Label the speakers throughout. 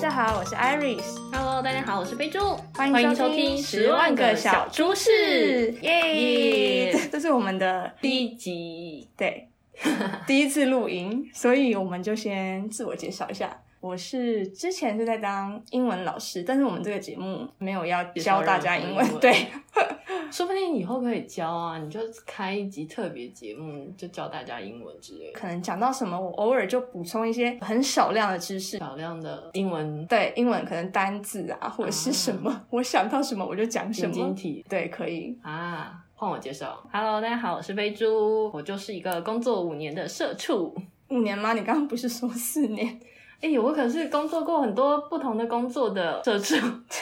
Speaker 1: 家好，我是 Iris，
Speaker 2: Hello，大家好，我是贝猪，
Speaker 1: 欢
Speaker 2: 迎
Speaker 1: 迎
Speaker 2: 收
Speaker 1: 收
Speaker 2: 听
Speaker 1: 听
Speaker 2: 《
Speaker 1: 《
Speaker 2: 十
Speaker 1: 十
Speaker 2: 万
Speaker 1: 万
Speaker 2: 个
Speaker 1: 个
Speaker 2: 小
Speaker 1: 小
Speaker 2: 猪
Speaker 1: 猪
Speaker 2: 事
Speaker 1: 事》》耶！
Speaker 2: 耶
Speaker 1: 这这是我们的
Speaker 2: 第一集。
Speaker 1: 对 第一次录音，所以我们就先自我介绍一下。我是之前是在当英文老师，但是我们这个节目没有要教大家英文
Speaker 2: 介绍任，何英
Speaker 1: 对
Speaker 2: 文，说不定以后可以教啊，你就开一集特别节目，就教大家英文之类的，
Speaker 1: 可能讲到什么，我偶尔就补充一些很少量的知识。
Speaker 2: 少量的英文
Speaker 1: 对，英文可能单字啊，或者是什么，我想到什么我就讲什
Speaker 2: 情景
Speaker 1: 么。
Speaker 2: 题
Speaker 1: 对，可以。
Speaker 2: 啊。换我介绍，Hello，大家好，我是贝猪，我就是一个工作五年的社畜。
Speaker 1: 五年吗？你刚刚不是说四年？
Speaker 2: 哎、我可是工作过很多不同的工作的社畜，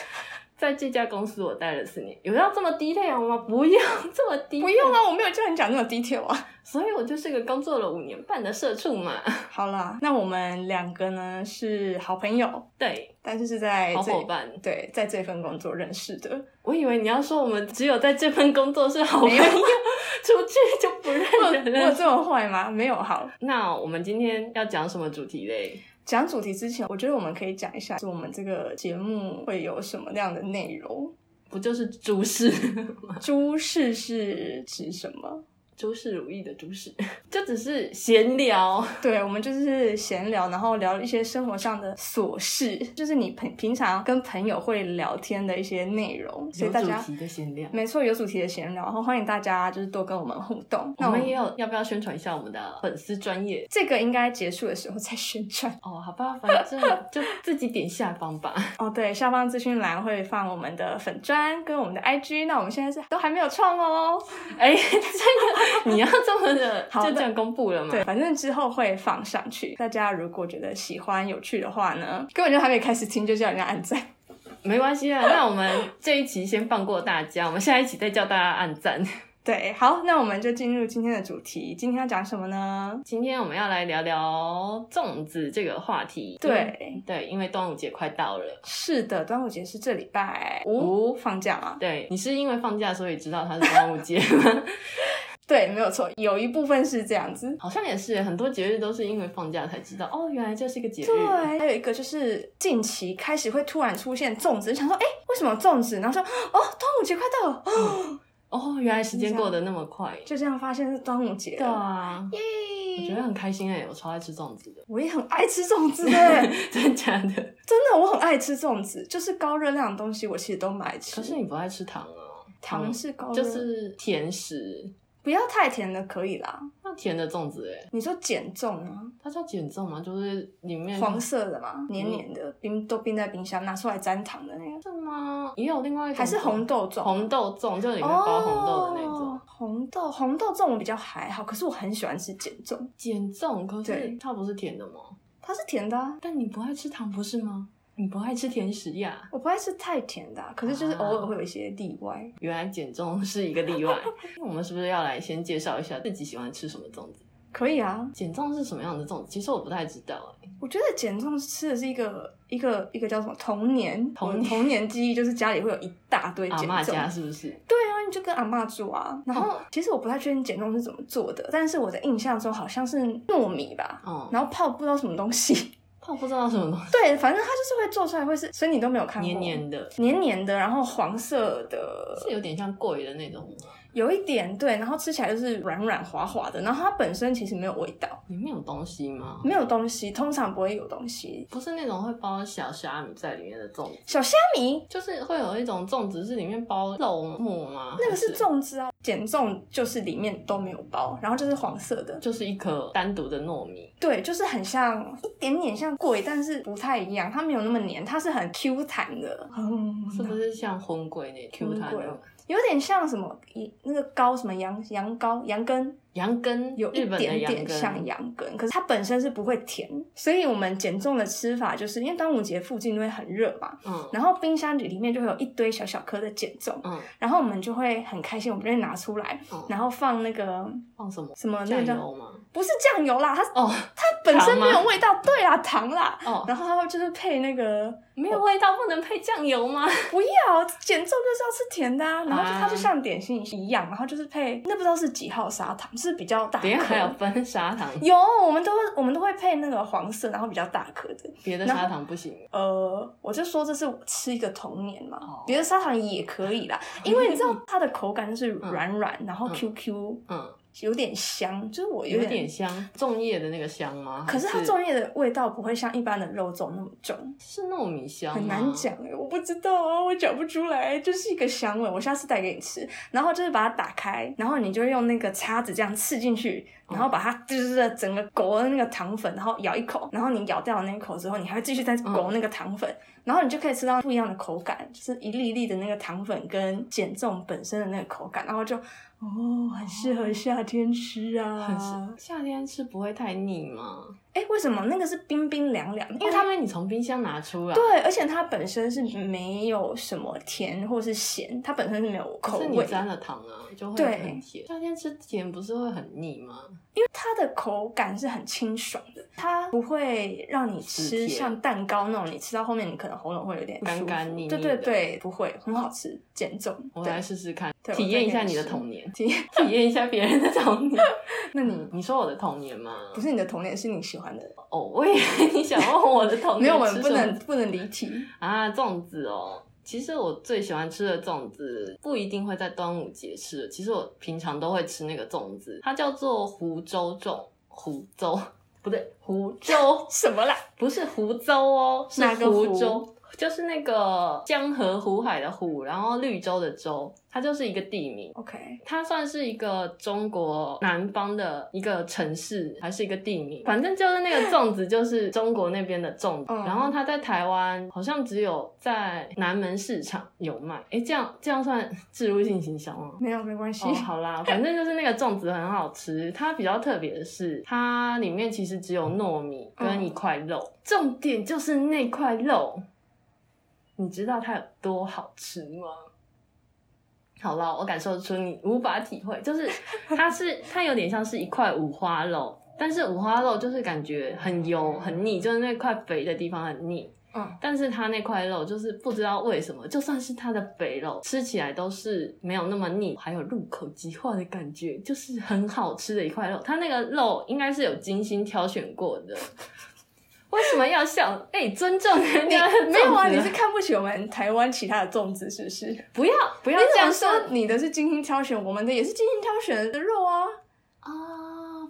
Speaker 2: 在这家公司我待了四年，有要这么低 e 吗？不用这么低，
Speaker 1: 不用啊，我没有叫你讲那种 detail 啊。
Speaker 2: 所以我就是个工作了五年半的社畜嘛。
Speaker 1: 好啦，那我们两个呢是好朋友，
Speaker 2: 对，
Speaker 1: 但是是在
Speaker 2: 好
Speaker 1: 这
Speaker 2: 伙伴。
Speaker 1: 对，在这份工作认识 的，
Speaker 2: 我以为你要说我们只有在这份工作是好朋
Speaker 1: 没
Speaker 2: 友，
Speaker 1: 有
Speaker 2: 出去就不
Speaker 1: 我
Speaker 2: 认人
Speaker 1: 我有
Speaker 2: 了。
Speaker 1: 这么坏吗？没有。好，
Speaker 2: 那我们今天要讲什么主题嘞？
Speaker 1: 讲主题之前，我觉得我们可以讲一下，就我们这个节目会有什么样的内 容。
Speaker 2: 不就是诸事，
Speaker 1: 诸事是指什么？
Speaker 2: 诸事如意的诸事，就只是闲聊。
Speaker 1: 对，我们就是闲聊，然后聊一些生活上的琐事，就是你平平常跟朋友会聊天的一些内容。所以大
Speaker 2: 有
Speaker 1: 家
Speaker 2: 主题的闲聊。
Speaker 1: 没错，有主题的闲聊，然后欢迎大家就是多跟我们互动。那我
Speaker 2: 我们
Speaker 1: 们
Speaker 2: 也有要不要宣传一下我们的粉丝专业？
Speaker 1: 这个应该结束的时候再宣 传
Speaker 2: 哦，好吧，反正就 自己点下方 吧。
Speaker 1: 哦。对，下方资讯栏会放我们的粉砖跟我们的 IG。那我们现在是都还没有创哦，
Speaker 2: 哎、这个你要这么的
Speaker 1: 好
Speaker 2: 就这样公布了嘛？
Speaker 1: 对，反正之后会放上去。大家如果觉得喜欢有趣的话呢，根本就还没开始听就叫人家按赞。
Speaker 2: 没关系啊，那我们这一期先放过大家，我们下一期再叫大家按赞。
Speaker 1: 对，好，那我们就进入今天的主题。今天要讲什么呢？
Speaker 2: 今天我们要来聊聊粽子这个话题。
Speaker 1: 对，
Speaker 2: 对，因为端午节快到了。
Speaker 1: 是的，端午节是这礼拜
Speaker 2: 哦
Speaker 1: 五、放假嘛？
Speaker 2: 对，你是因为放假所以知道它是端午节吗？
Speaker 1: 对，没有错，有一部分是这样子。
Speaker 2: 好像也是，很多节日都是因为放假才知道哦，原来这是个节日。
Speaker 1: 对，还有一个就是近期开始会突然出现粽子，想说哎、诶为什么有粽子？然后说哦，端午节快到了，哦
Speaker 2: 哦，原来时间过得那么快。
Speaker 1: 就这样发现是啊端午节
Speaker 2: 对
Speaker 1: 了。
Speaker 2: 啊，我觉
Speaker 1: 耶
Speaker 2: 得很开心哎、我超爱吃粽子的，
Speaker 1: 我也很爱吃粽子哎，
Speaker 2: 真的假的？
Speaker 1: 真的，我很爱吃粽子，就是高热量的东西，我其实都蛮爱吃。
Speaker 2: 可是你不爱吃糖啊，
Speaker 1: 糖是高热，
Speaker 2: 就是甜食，
Speaker 1: 不要太甜的可以啦。
Speaker 2: 那甜的粽子哎、
Speaker 1: 你说减重吗？
Speaker 2: 它叫减重吗？就是里面
Speaker 1: 黄色的嘛，黏黏的，冰都冰在冰箱，拿出来沾糖的那个，
Speaker 2: 是吗？也有另外一种
Speaker 1: 还是红豆粽？啊
Speaker 2: 红豆粽，就里面包红豆的那种
Speaker 1: 哦。红豆红豆粽我比较还好，可是我很喜欢吃减重。
Speaker 2: 减重，可是
Speaker 1: 对
Speaker 2: 它不是甜的吗？
Speaker 1: 它是甜的、啊，
Speaker 2: 但你不爱吃糖不是吗？你不爱吃甜食呀？
Speaker 1: 我不爱吃太甜的啊、可是就是
Speaker 2: 啊
Speaker 1: 偶尔会有一些例外。
Speaker 2: 原来减重是一个 例外。那我们是不是要来先介绍一下自己喜欢吃什么粽子？
Speaker 1: 可以啊，
Speaker 2: 减重是什么样的粽子？其实我不太知道、欸。
Speaker 1: 我觉得减重吃的是一个一个一个叫什么童年
Speaker 2: 童年
Speaker 1: 我的童年记忆，就是家里会有一大堆
Speaker 2: 阿
Speaker 1: 减
Speaker 2: 嬷
Speaker 1: 重。
Speaker 2: 家嗯是不是？
Speaker 1: 对啊，你就跟阿嬷住啊。然后、其实我不太确定减重是怎么做的，但是我的印象中好像是糯米吧，
Speaker 2: 哦、
Speaker 1: 然后泡不知道什么东西。
Speaker 2: 泡不知道什么东西，
Speaker 1: 对，反正它就是会做出来会是，所以你都没有看过
Speaker 2: 黏黏的，
Speaker 1: 黏黏的，然后黄色的，
Speaker 2: 是有点像桂的那种吗，
Speaker 1: 有一点对，然后吃起来就是软软滑滑的，然后它本身其实没有味道。
Speaker 2: 里面有东西吗？
Speaker 1: 没有东西，通常不会有东西。
Speaker 2: 不是那种会包小虾米在里面的粽子。
Speaker 1: 小虾米
Speaker 2: 就是会有一种粽子是里面包肉末吗？
Speaker 1: 那个是
Speaker 2: 还，
Speaker 1: 粽子啊，减重就是里面都没有包，然后就是黄色的，
Speaker 2: 就是一颗单独的糯米。
Speaker 1: 对，就是很像一点点像贵，但是不太一样，它没有那么黏，它是很 Q 弹的，嗯，
Speaker 2: 是不是像荤桂那 Q 弹
Speaker 1: 荤
Speaker 2: 的
Speaker 1: 桂有点像什么一那个糕什么羊羊羔羊羹，
Speaker 2: 羊羹？
Speaker 1: 有
Speaker 2: 日
Speaker 1: 一
Speaker 2: 本的
Speaker 1: 点
Speaker 2: 羊
Speaker 1: 点
Speaker 2: 羹
Speaker 1: 像羊羹，可是它本身是不会甜，所以我们减重的吃法就是因为端午节附近都会很热嘛，
Speaker 2: 嗯
Speaker 1: 然后冰箱里里面就会有一堆小小颗的减重。
Speaker 2: 嗯，
Speaker 1: 然后我们就会很开心，我们就会拿出来，
Speaker 2: 嗯
Speaker 1: 然后放那个
Speaker 2: 放什么
Speaker 1: 什么那
Speaker 2: 酱
Speaker 1: 个叫
Speaker 2: 油吗？
Speaker 1: 不是酱油啦，它
Speaker 2: 哦，
Speaker 1: 它本身
Speaker 2: 糖吗
Speaker 1: 没有味道，对啦，糖啦。
Speaker 2: 哦，
Speaker 1: 然后它会就是配那个
Speaker 2: 没有味道不能配酱 油吗？
Speaker 1: 不要减重就是要吃甜的、啊，然后就
Speaker 2: 啊
Speaker 1: 它就像点心一样，然后就是配那不知道是几号砂糖，是比较大颗
Speaker 2: 等一下还有分 砂糖，
Speaker 1: 有我们都会我们都会配那个黄色，然后比较大颗的。
Speaker 2: 别的
Speaker 1: 然后
Speaker 2: 砂糖不行。
Speaker 1: 呃，我就说这是我吃一个童年嘛，
Speaker 2: 哦
Speaker 1: 别的砂糖也可以 啦，因为你知道它的口感就是软软，然后
Speaker 2: 嗯
Speaker 1: QQ，、
Speaker 2: 嗯，
Speaker 1: 有点香，就是我
Speaker 2: 有
Speaker 1: 点。
Speaker 2: 点香，粽叶的那个香吗？
Speaker 1: 可是它
Speaker 2: 还
Speaker 1: 粽叶的味道不会像一般的肉粽那么重，
Speaker 2: 是糯米香吗，
Speaker 1: 很难讲哎、我不知道啊，我讲不出来，就是一个香味。我下次带给你吃，然后就是把它打开，然后你就用那个叉子这样刺进去，然
Speaker 2: 嗯
Speaker 1: 后把它就是整个裹了那个糖粉，然后咬一口，然后你咬掉了那一口之后，你还会继续再
Speaker 2: 嗯
Speaker 1: 裹那个糖粉，然后你就可以吃到不一样的口感，就是一粒一粒的那个糖粉跟减重本身的那个口感，然后就哦，很适合夏天吃啊，
Speaker 2: 很是夏天吃不会太腻吗？
Speaker 1: 哎，为什么那个是冰冰凉凉？因
Speaker 2: 因
Speaker 1: 为
Speaker 2: 为
Speaker 1: 它、
Speaker 2: 它被你从冰箱拿出来，，
Speaker 1: 对，而且它本身是没有什么甜或是咸，它本身是没有口
Speaker 2: 是
Speaker 1: 味
Speaker 2: 你，沾了糖啊，就会
Speaker 1: 对
Speaker 2: 很甜。夏天吃甜不是会很腻吗？
Speaker 1: 因为它的口感是很清爽的，它不会让你
Speaker 2: 死
Speaker 1: 吃
Speaker 2: 甜
Speaker 1: 像蛋糕那种，你吃到后面你可能喉咙会有点不舒服
Speaker 2: 干干腻腻
Speaker 1: 对对
Speaker 2: 的
Speaker 1: 对，不会，很好吃，减重。
Speaker 2: 我
Speaker 1: 对
Speaker 2: 来 试试看，
Speaker 1: 对
Speaker 2: 体
Speaker 1: 我
Speaker 2: 验一
Speaker 1: 再给
Speaker 2: 下
Speaker 1: 你
Speaker 2: 你的
Speaker 1: 吃
Speaker 2: 童年，
Speaker 1: 体验
Speaker 2: 体验一下别人的童年。
Speaker 1: 那你
Speaker 2: 你说我的童年吗
Speaker 1: 不？是你的童年，是你喜欢的，
Speaker 2: 哦，我以为 你想问我的童年
Speaker 1: 没有，我们
Speaker 2: 吃
Speaker 1: 不
Speaker 2: 什么
Speaker 1: 能不能离题。
Speaker 2: 啊，粽子哦。其实我最喜欢吃的粽子不一定会在端午节吃，其实我平常都会吃那个粽子，它叫做湖州粽，湖州 不对，湖州
Speaker 1: 什么啦？
Speaker 2: 不是湖州哦，是
Speaker 1: 哪个湖
Speaker 2: 湖州，就是那个江河湖海的湖，然后绿洲的洲，它就是一个地名。
Speaker 1: ？OK，
Speaker 2: 它算是一个中国南方的一个城市，还是一个地名，反正就是那个粽子，就是中国那边的粽子。
Speaker 1: 嗯
Speaker 2: 然后它在台湾好像只有在南门市场有卖。诶，这样这样算植入性行销吗？
Speaker 1: 没有没关系。
Speaker 2: 哦，好啦，反正就是那个粽子很好吃。它比较特别的是，它里面其实只有糯米跟一块肉，重点就是那块肉。你知道它有多好吃吗？好了，我感受出你无法体会，就是它是 它有点像是一块五花肉，但是五花肉就是感觉很油很腻，就是那块肥的地方很腻。
Speaker 1: 嗯，
Speaker 2: 但是它那块肉就是不知道为什么，就算是它的肥肉，吃起来都是没有那么腻，还有入口即化的感觉，就是很好吃的一块肉。它那个肉应该是有精心挑选过 的。为什么要笑？哎、尊重人
Speaker 1: 你
Speaker 2: 家的
Speaker 1: 没有啊？
Speaker 2: 粽子
Speaker 1: 你是看不起我们台湾其他的粽子是不是？
Speaker 2: 不要不要
Speaker 1: 你
Speaker 2: 这
Speaker 1: 怎
Speaker 2: 样
Speaker 1: 么说你的是精心挑选，我们的也是精心挑选的肉啊？
Speaker 2: 啊！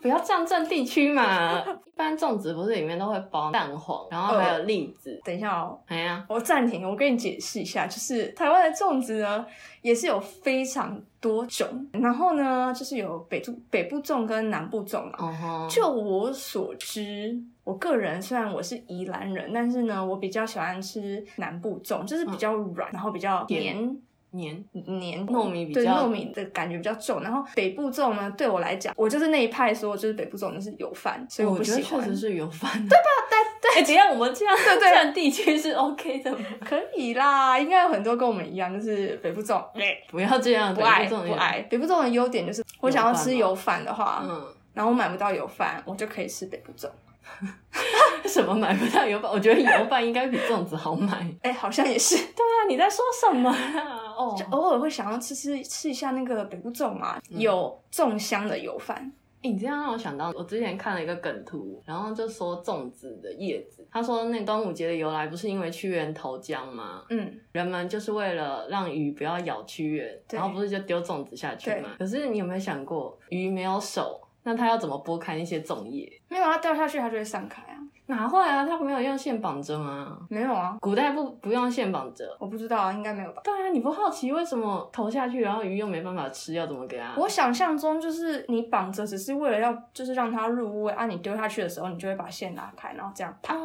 Speaker 2: 不要这样占地区嘛。一般粽子不是里面都会包蛋黄，然后还有栗子。
Speaker 1: 等一下哦，
Speaker 2: 哎呀、
Speaker 1: 我暂停，我跟你解释一下，就是台湾的粽子呢，也是有非常多种，然后呢，就是有北部北部粽跟南部粽嘛。
Speaker 2: 哦吼，
Speaker 1: 就我所知，我个人虽然我是宜兰人，但是呢，我比较喜欢吃南部粽，就是比较软，然后比较
Speaker 2: 嗯甜
Speaker 1: 黏
Speaker 2: 黏
Speaker 1: 黏
Speaker 2: 糯米比
Speaker 1: 对
Speaker 2: 较
Speaker 1: 糯米的感觉比较重，然后北部粽呢，对我来讲，我就是那一派说，就是北部粽就是油饭，所以
Speaker 2: 我
Speaker 1: 不
Speaker 2: 觉得
Speaker 1: 喜
Speaker 2: 确
Speaker 1: 欢。
Speaker 2: 实是有饭，对吧？对对，怎样？我们这样
Speaker 1: 对对
Speaker 2: 占地区是 OK 的吗？
Speaker 1: 可以啦，应该有很多跟我们一样，就是北部粽，哎
Speaker 2: 不要这样，
Speaker 1: 不爱
Speaker 2: 这种
Speaker 1: 不爱。北部粽的优点就是，我想要吃油饭的话，
Speaker 2: 嗯，
Speaker 1: 然后我买不到油饭，我就可以吃北部粽。
Speaker 2: 什么买不到油饭？我觉得油饭应该比粽子好 买。
Speaker 1: 哎、好像也是，
Speaker 2: 对啊，你在说什么啊？哦
Speaker 1: 就，偶尔会想要吃吃吃一下那个北部粽嘛，
Speaker 2: 嗯
Speaker 1: 有粽香的油饭。
Speaker 2: 欸你这样让我想到，我之前看了一个梗图，然后就说粽子的叶子，他说那端午节的由来不是因为屈原投江吗？
Speaker 1: 嗯，
Speaker 2: 人们就是为了让鱼不要咬屈原，
Speaker 1: 对
Speaker 2: 然后不是就丢粽子下去
Speaker 1: 对
Speaker 2: 吗？可是你有没有想过，鱼没有手，那它要怎么剥开那些粽叶？
Speaker 1: 没有啊，掉下去它就会散开啊。
Speaker 2: 哪会啊？它没有用线绑着吗？
Speaker 1: 没有啊，
Speaker 2: 古代不不用线绑着，
Speaker 1: 我不知道啊，应该没有吧。
Speaker 2: 对啊，你不好奇为什么投下去，然后鱼又没办法吃，要怎么给它？
Speaker 1: 我想象中就是你绑着，只是为了要就是让它入味啊。你丢下去的时候，你就会把线拉开，然后这样啪。
Speaker 2: 啊，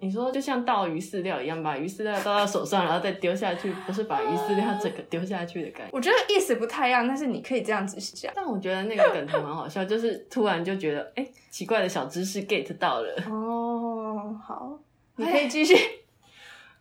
Speaker 2: 你说就像倒鱼饲料一样，把鱼饲料倒到手上，然后再丢下去，不是把鱼饲料整个丢下去的感觉。
Speaker 1: 我觉得意思不太一样，但是你可以这样子想。
Speaker 2: 但我觉得那个梗图蛮好笑，就是突然就觉得，哎、奇怪的小知识 get 到了。
Speaker 1: 哦，好，你可以继续。
Speaker 2: 哎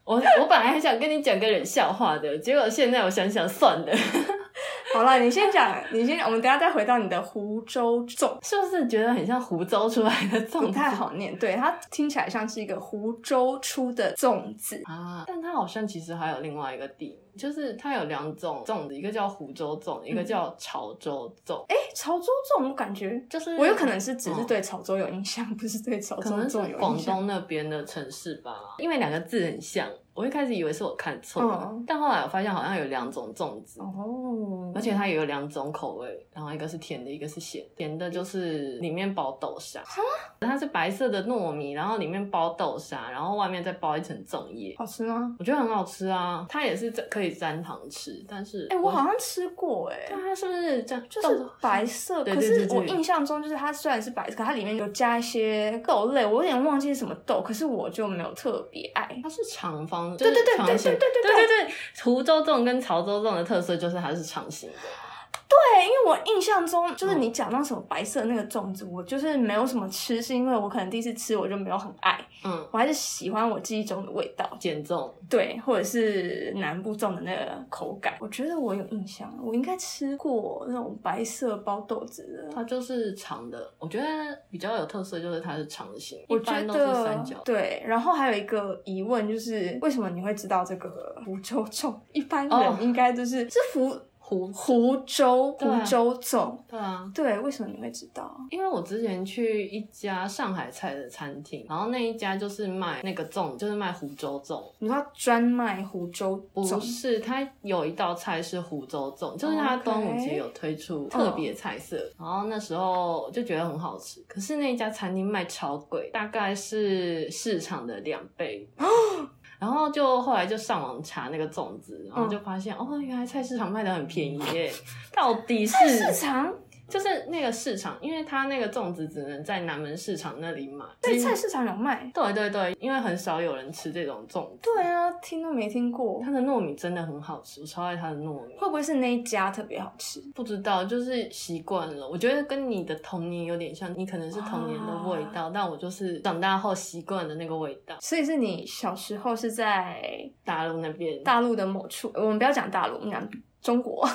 Speaker 2: 我我本来还想跟你讲个冷笑话的，结果现在我想想算了。
Speaker 1: 好了，你先讲，你先，我们等一下再回到你的湖州粽，
Speaker 2: 是不是觉得很像湖州出来的粽
Speaker 1: 不
Speaker 2: 子？
Speaker 1: 太好念，对它听起来像是一个湖州出的粽子，
Speaker 2: 啊，但它好像其实还有另外一个地名，就是它有两种粽子，一个叫湖州粽，
Speaker 1: 嗯
Speaker 2: 一个叫潮州粽。
Speaker 1: 哎
Speaker 2: 哎、
Speaker 1: 潮州粽我感觉。
Speaker 2: 就是
Speaker 1: 我有可能是只是对潮州有印象，不是对潮州
Speaker 2: 嗯可能是
Speaker 1: 粽有
Speaker 2: 广
Speaker 1: 印象。
Speaker 2: 东那边的城市吧，因为两个字很像，我一开始以为是我看错了，
Speaker 1: 嗯
Speaker 2: 但后来我发现好像有两种粽子。
Speaker 1: 哦，
Speaker 2: 而且它也有两种口味，然后一个是甜的，一个是咸的。甜的就是里面包豆沙，它是白色的糯米，然后里面包豆沙，然后外面再包一层粽叶，
Speaker 1: 好吃吗？
Speaker 2: 我觉得很好吃啊。它也是沾可以沾糖吃，但是
Speaker 1: 哎、我好像吃过哎、
Speaker 2: 对啊，它是不是这样？
Speaker 1: 就
Speaker 2: 豆
Speaker 1: 是白色，
Speaker 2: 对
Speaker 1: 可
Speaker 2: 对
Speaker 1: 是
Speaker 2: 对
Speaker 1: 我
Speaker 2: 对
Speaker 1: 印象中就是它虽然是白色，可它里面有加一些豆类，我有点忘记是什么豆，可是我就没有特别爱。
Speaker 2: 它是长方，
Speaker 1: 对对对
Speaker 2: 就是长形
Speaker 1: 对对对对
Speaker 2: 对对对湖州粽跟潮州粽的特色就是它是长形的，
Speaker 1: 对，因为我印象中就是
Speaker 2: 嗯
Speaker 1: 你讲到什么白色那个粽子，我就是没有什么吃，是因为我可能第一次吃我就没有很爱，
Speaker 2: 嗯，
Speaker 1: 我还是喜欢我记忆中的味道，
Speaker 2: 减重
Speaker 1: 对，或者是南部粽的那个口感。我觉得我有印象，我应该吃过那种白色包豆子的。
Speaker 2: 它就是长的，我觉得比较有特色就是它是长形，
Speaker 1: 我
Speaker 2: 一
Speaker 1: 觉
Speaker 2: 般都是三
Speaker 1: 得
Speaker 2: 角。
Speaker 1: 对，然后还有一个疑问就是，为什么你会知道这个福州粽？一般
Speaker 2: 哦
Speaker 1: 人应该就是、是福
Speaker 2: 湖
Speaker 1: 湖州
Speaker 2: 对啊
Speaker 1: 湖州粽，
Speaker 2: 对啊，
Speaker 1: 对，为什么你会知道？
Speaker 2: 因为我之前去一家上海菜的餐厅，然后那一家就是卖那个粽，就是卖湖州粽。
Speaker 1: 你说它专卖湖州
Speaker 2: 不
Speaker 1: 粽，
Speaker 2: 是，它有一道菜是湖州粽，就是它
Speaker 1: 哦 OK 嗯
Speaker 2: 端午节有推出特别菜色然后那时候就觉得很好吃。可是那一家餐厅卖超贵，大概是市场的两倍。
Speaker 1: 哦
Speaker 2: 然后就后来就上网查那个粽子，
Speaker 1: 嗯
Speaker 2: 然后就发现、哦，原来菜市场卖的很便宜耶！到底是
Speaker 1: 市场
Speaker 2: 就是那个市场，因为它那个粽子只能在南门市场那里买。
Speaker 1: 在菜市场有卖。
Speaker 2: 对对对，因为很少有人吃这种粽子。
Speaker 1: 对啊，听都没听过，
Speaker 2: 它的糯米真的很好吃，我超爱它的糯米。
Speaker 1: 会不会是那一家特别好吃？
Speaker 2: 不知道，就是习惯了。我觉得跟你的童年有点像，你可能是童年
Speaker 1: 啊
Speaker 2: 的味道，但我就是长大后习惯的那个味道。
Speaker 1: 所以是你小时候是在
Speaker 2: 大陆那边，
Speaker 1: 大陆的某处，我们不要讲大陆，我们讲中国，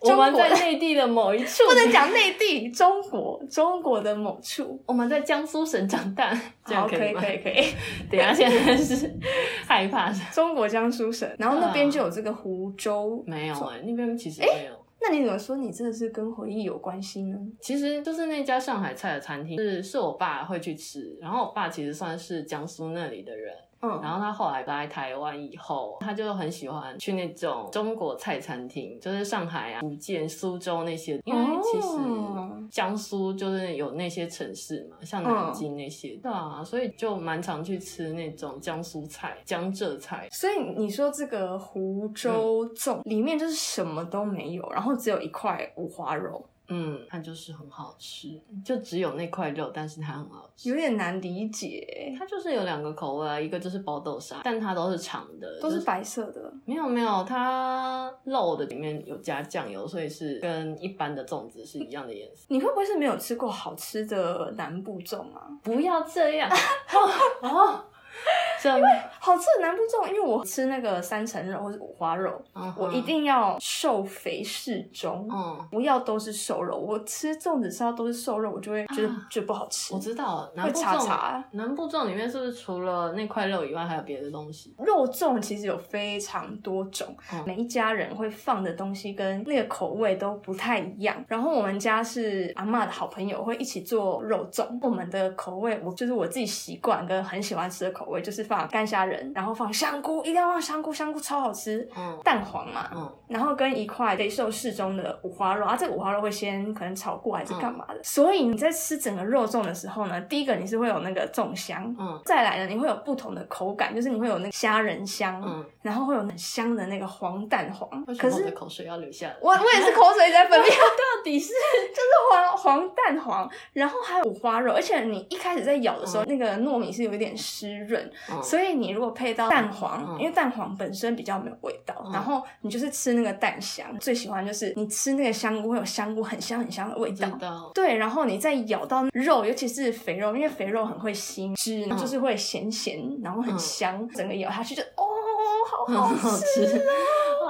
Speaker 2: 我
Speaker 1: 中
Speaker 2: 们
Speaker 1: 国
Speaker 2: 在
Speaker 1: 的
Speaker 2: 内地的某一处，
Speaker 1: 不能讲内地，中国中国的某处。
Speaker 2: 我们在江苏省长大，这样
Speaker 1: 好，可
Speaker 2: 以
Speaker 1: 以
Speaker 2: 吗？
Speaker 1: 可以可 以，
Speaker 2: 等一下现在是 害怕，
Speaker 1: 中国江苏省，然后那边就
Speaker 2: 嗯
Speaker 1: 有这个湖州。
Speaker 2: 没有哎、那边其实没有。
Speaker 1: 那你怎么说你这个是跟回忆有关系呢？
Speaker 2: 其实就是那家上海菜的餐厅，是是我爸会去吃，然后我爸其实算是江苏那里的人，
Speaker 1: 嗯，
Speaker 2: 然后他后来来台湾以后，他就很喜欢去那种中国菜餐厅，就是上海啊、福建、苏州那些，因为其实
Speaker 1: 哦
Speaker 2: 江苏就是有那些城市嘛，
Speaker 1: 嗯
Speaker 2: 像南京那些，对啊，所以就蛮常去吃那种江苏菜、江浙菜。
Speaker 1: 所以你说这个湖州
Speaker 2: 嗯
Speaker 1: 粽、里面就是什么都没有，然后只有一块五花肉，
Speaker 2: 嗯，它就是很好吃，就只有那块肉，但是它很好吃。
Speaker 1: 有点难理解，
Speaker 2: 它就是有两个口味啊，一个就是包豆沙，但它都是长的，
Speaker 1: 都是
Speaker 2: 就
Speaker 1: 白色的。
Speaker 2: 没有没有，它肉的里面有加酱油，所以是跟一般的粽子是一样的颜色。
Speaker 1: 你会不会是没有吃过好吃的南部粽啊？
Speaker 2: 不要这 样哦哦，这样
Speaker 1: 好吃的南部粽，因为我吃那个三层肉或是五花肉，
Speaker 2: 嗯哼
Speaker 1: 我一定要瘦肥适中。
Speaker 2: 嗯，
Speaker 1: 不要都是瘦肉，我吃粽子是要都是瘦肉，我就会觉得、
Speaker 2: 啊
Speaker 1: 觉得不好吃。
Speaker 2: 我知道了南
Speaker 1: 会啊
Speaker 2: 部
Speaker 1: 查
Speaker 2: 粽，
Speaker 1: 查
Speaker 2: 南部粽里面是不是除了那块肉以外还有别的东西？
Speaker 1: 肉粽其实有非常多种，
Speaker 2: 嗯
Speaker 1: 每一家人会放的东西跟那个口味都不太一样。然后我们家是阿嬷的好朋友，会一起做肉粽。我们的口味，我就是我自己习惯跟很喜欢吃的口味，就是放干虾仁，然后放香菇，一定要放香菇，香菇超好吃。
Speaker 2: 嗯
Speaker 1: 蛋黄嘛，
Speaker 2: 嗯，
Speaker 1: 然后跟一块肥瘦适中的五花肉啊，这个五花肉会先可能炒过还是
Speaker 2: 嗯
Speaker 1: 干嘛的，所以你在吃整个肉粽的时候呢，第一个你是会有那个粽香，
Speaker 2: 嗯
Speaker 1: 再来呢你会有不同的口感，就是你会有那个虾仁香，
Speaker 2: 嗯
Speaker 1: 然后会有很香的那个黄蛋黄
Speaker 2: 为，什
Speaker 1: 可
Speaker 2: 么我的
Speaker 1: 是。
Speaker 2: 口水要流下来？
Speaker 1: 我我也是口水在分泌，
Speaker 2: 到底 是
Speaker 1: 黄黄蛋黄，然后还有五花肉，而且你一开始在咬的时候，那个糯米是有一点湿润，
Speaker 2: 嗯
Speaker 1: 所以你如果配到蛋黄，
Speaker 2: 嗯
Speaker 1: 因为蛋黄本身比较没有味道，
Speaker 2: 嗯
Speaker 1: 然后你就是吃那个蛋香，最喜欢就是你吃那个香菇会有香菇很香很香的味
Speaker 2: 我
Speaker 1: 道
Speaker 2: 知。道，
Speaker 1: 对，然后你再咬到肉，尤其是肥肉，因为肥肉很会吸汁，
Speaker 2: 嗯
Speaker 1: 就是会咸咸，然后很香，整个咬下去就哦，好
Speaker 2: 很
Speaker 1: 好
Speaker 2: 好
Speaker 1: 吃。
Speaker 2: 吃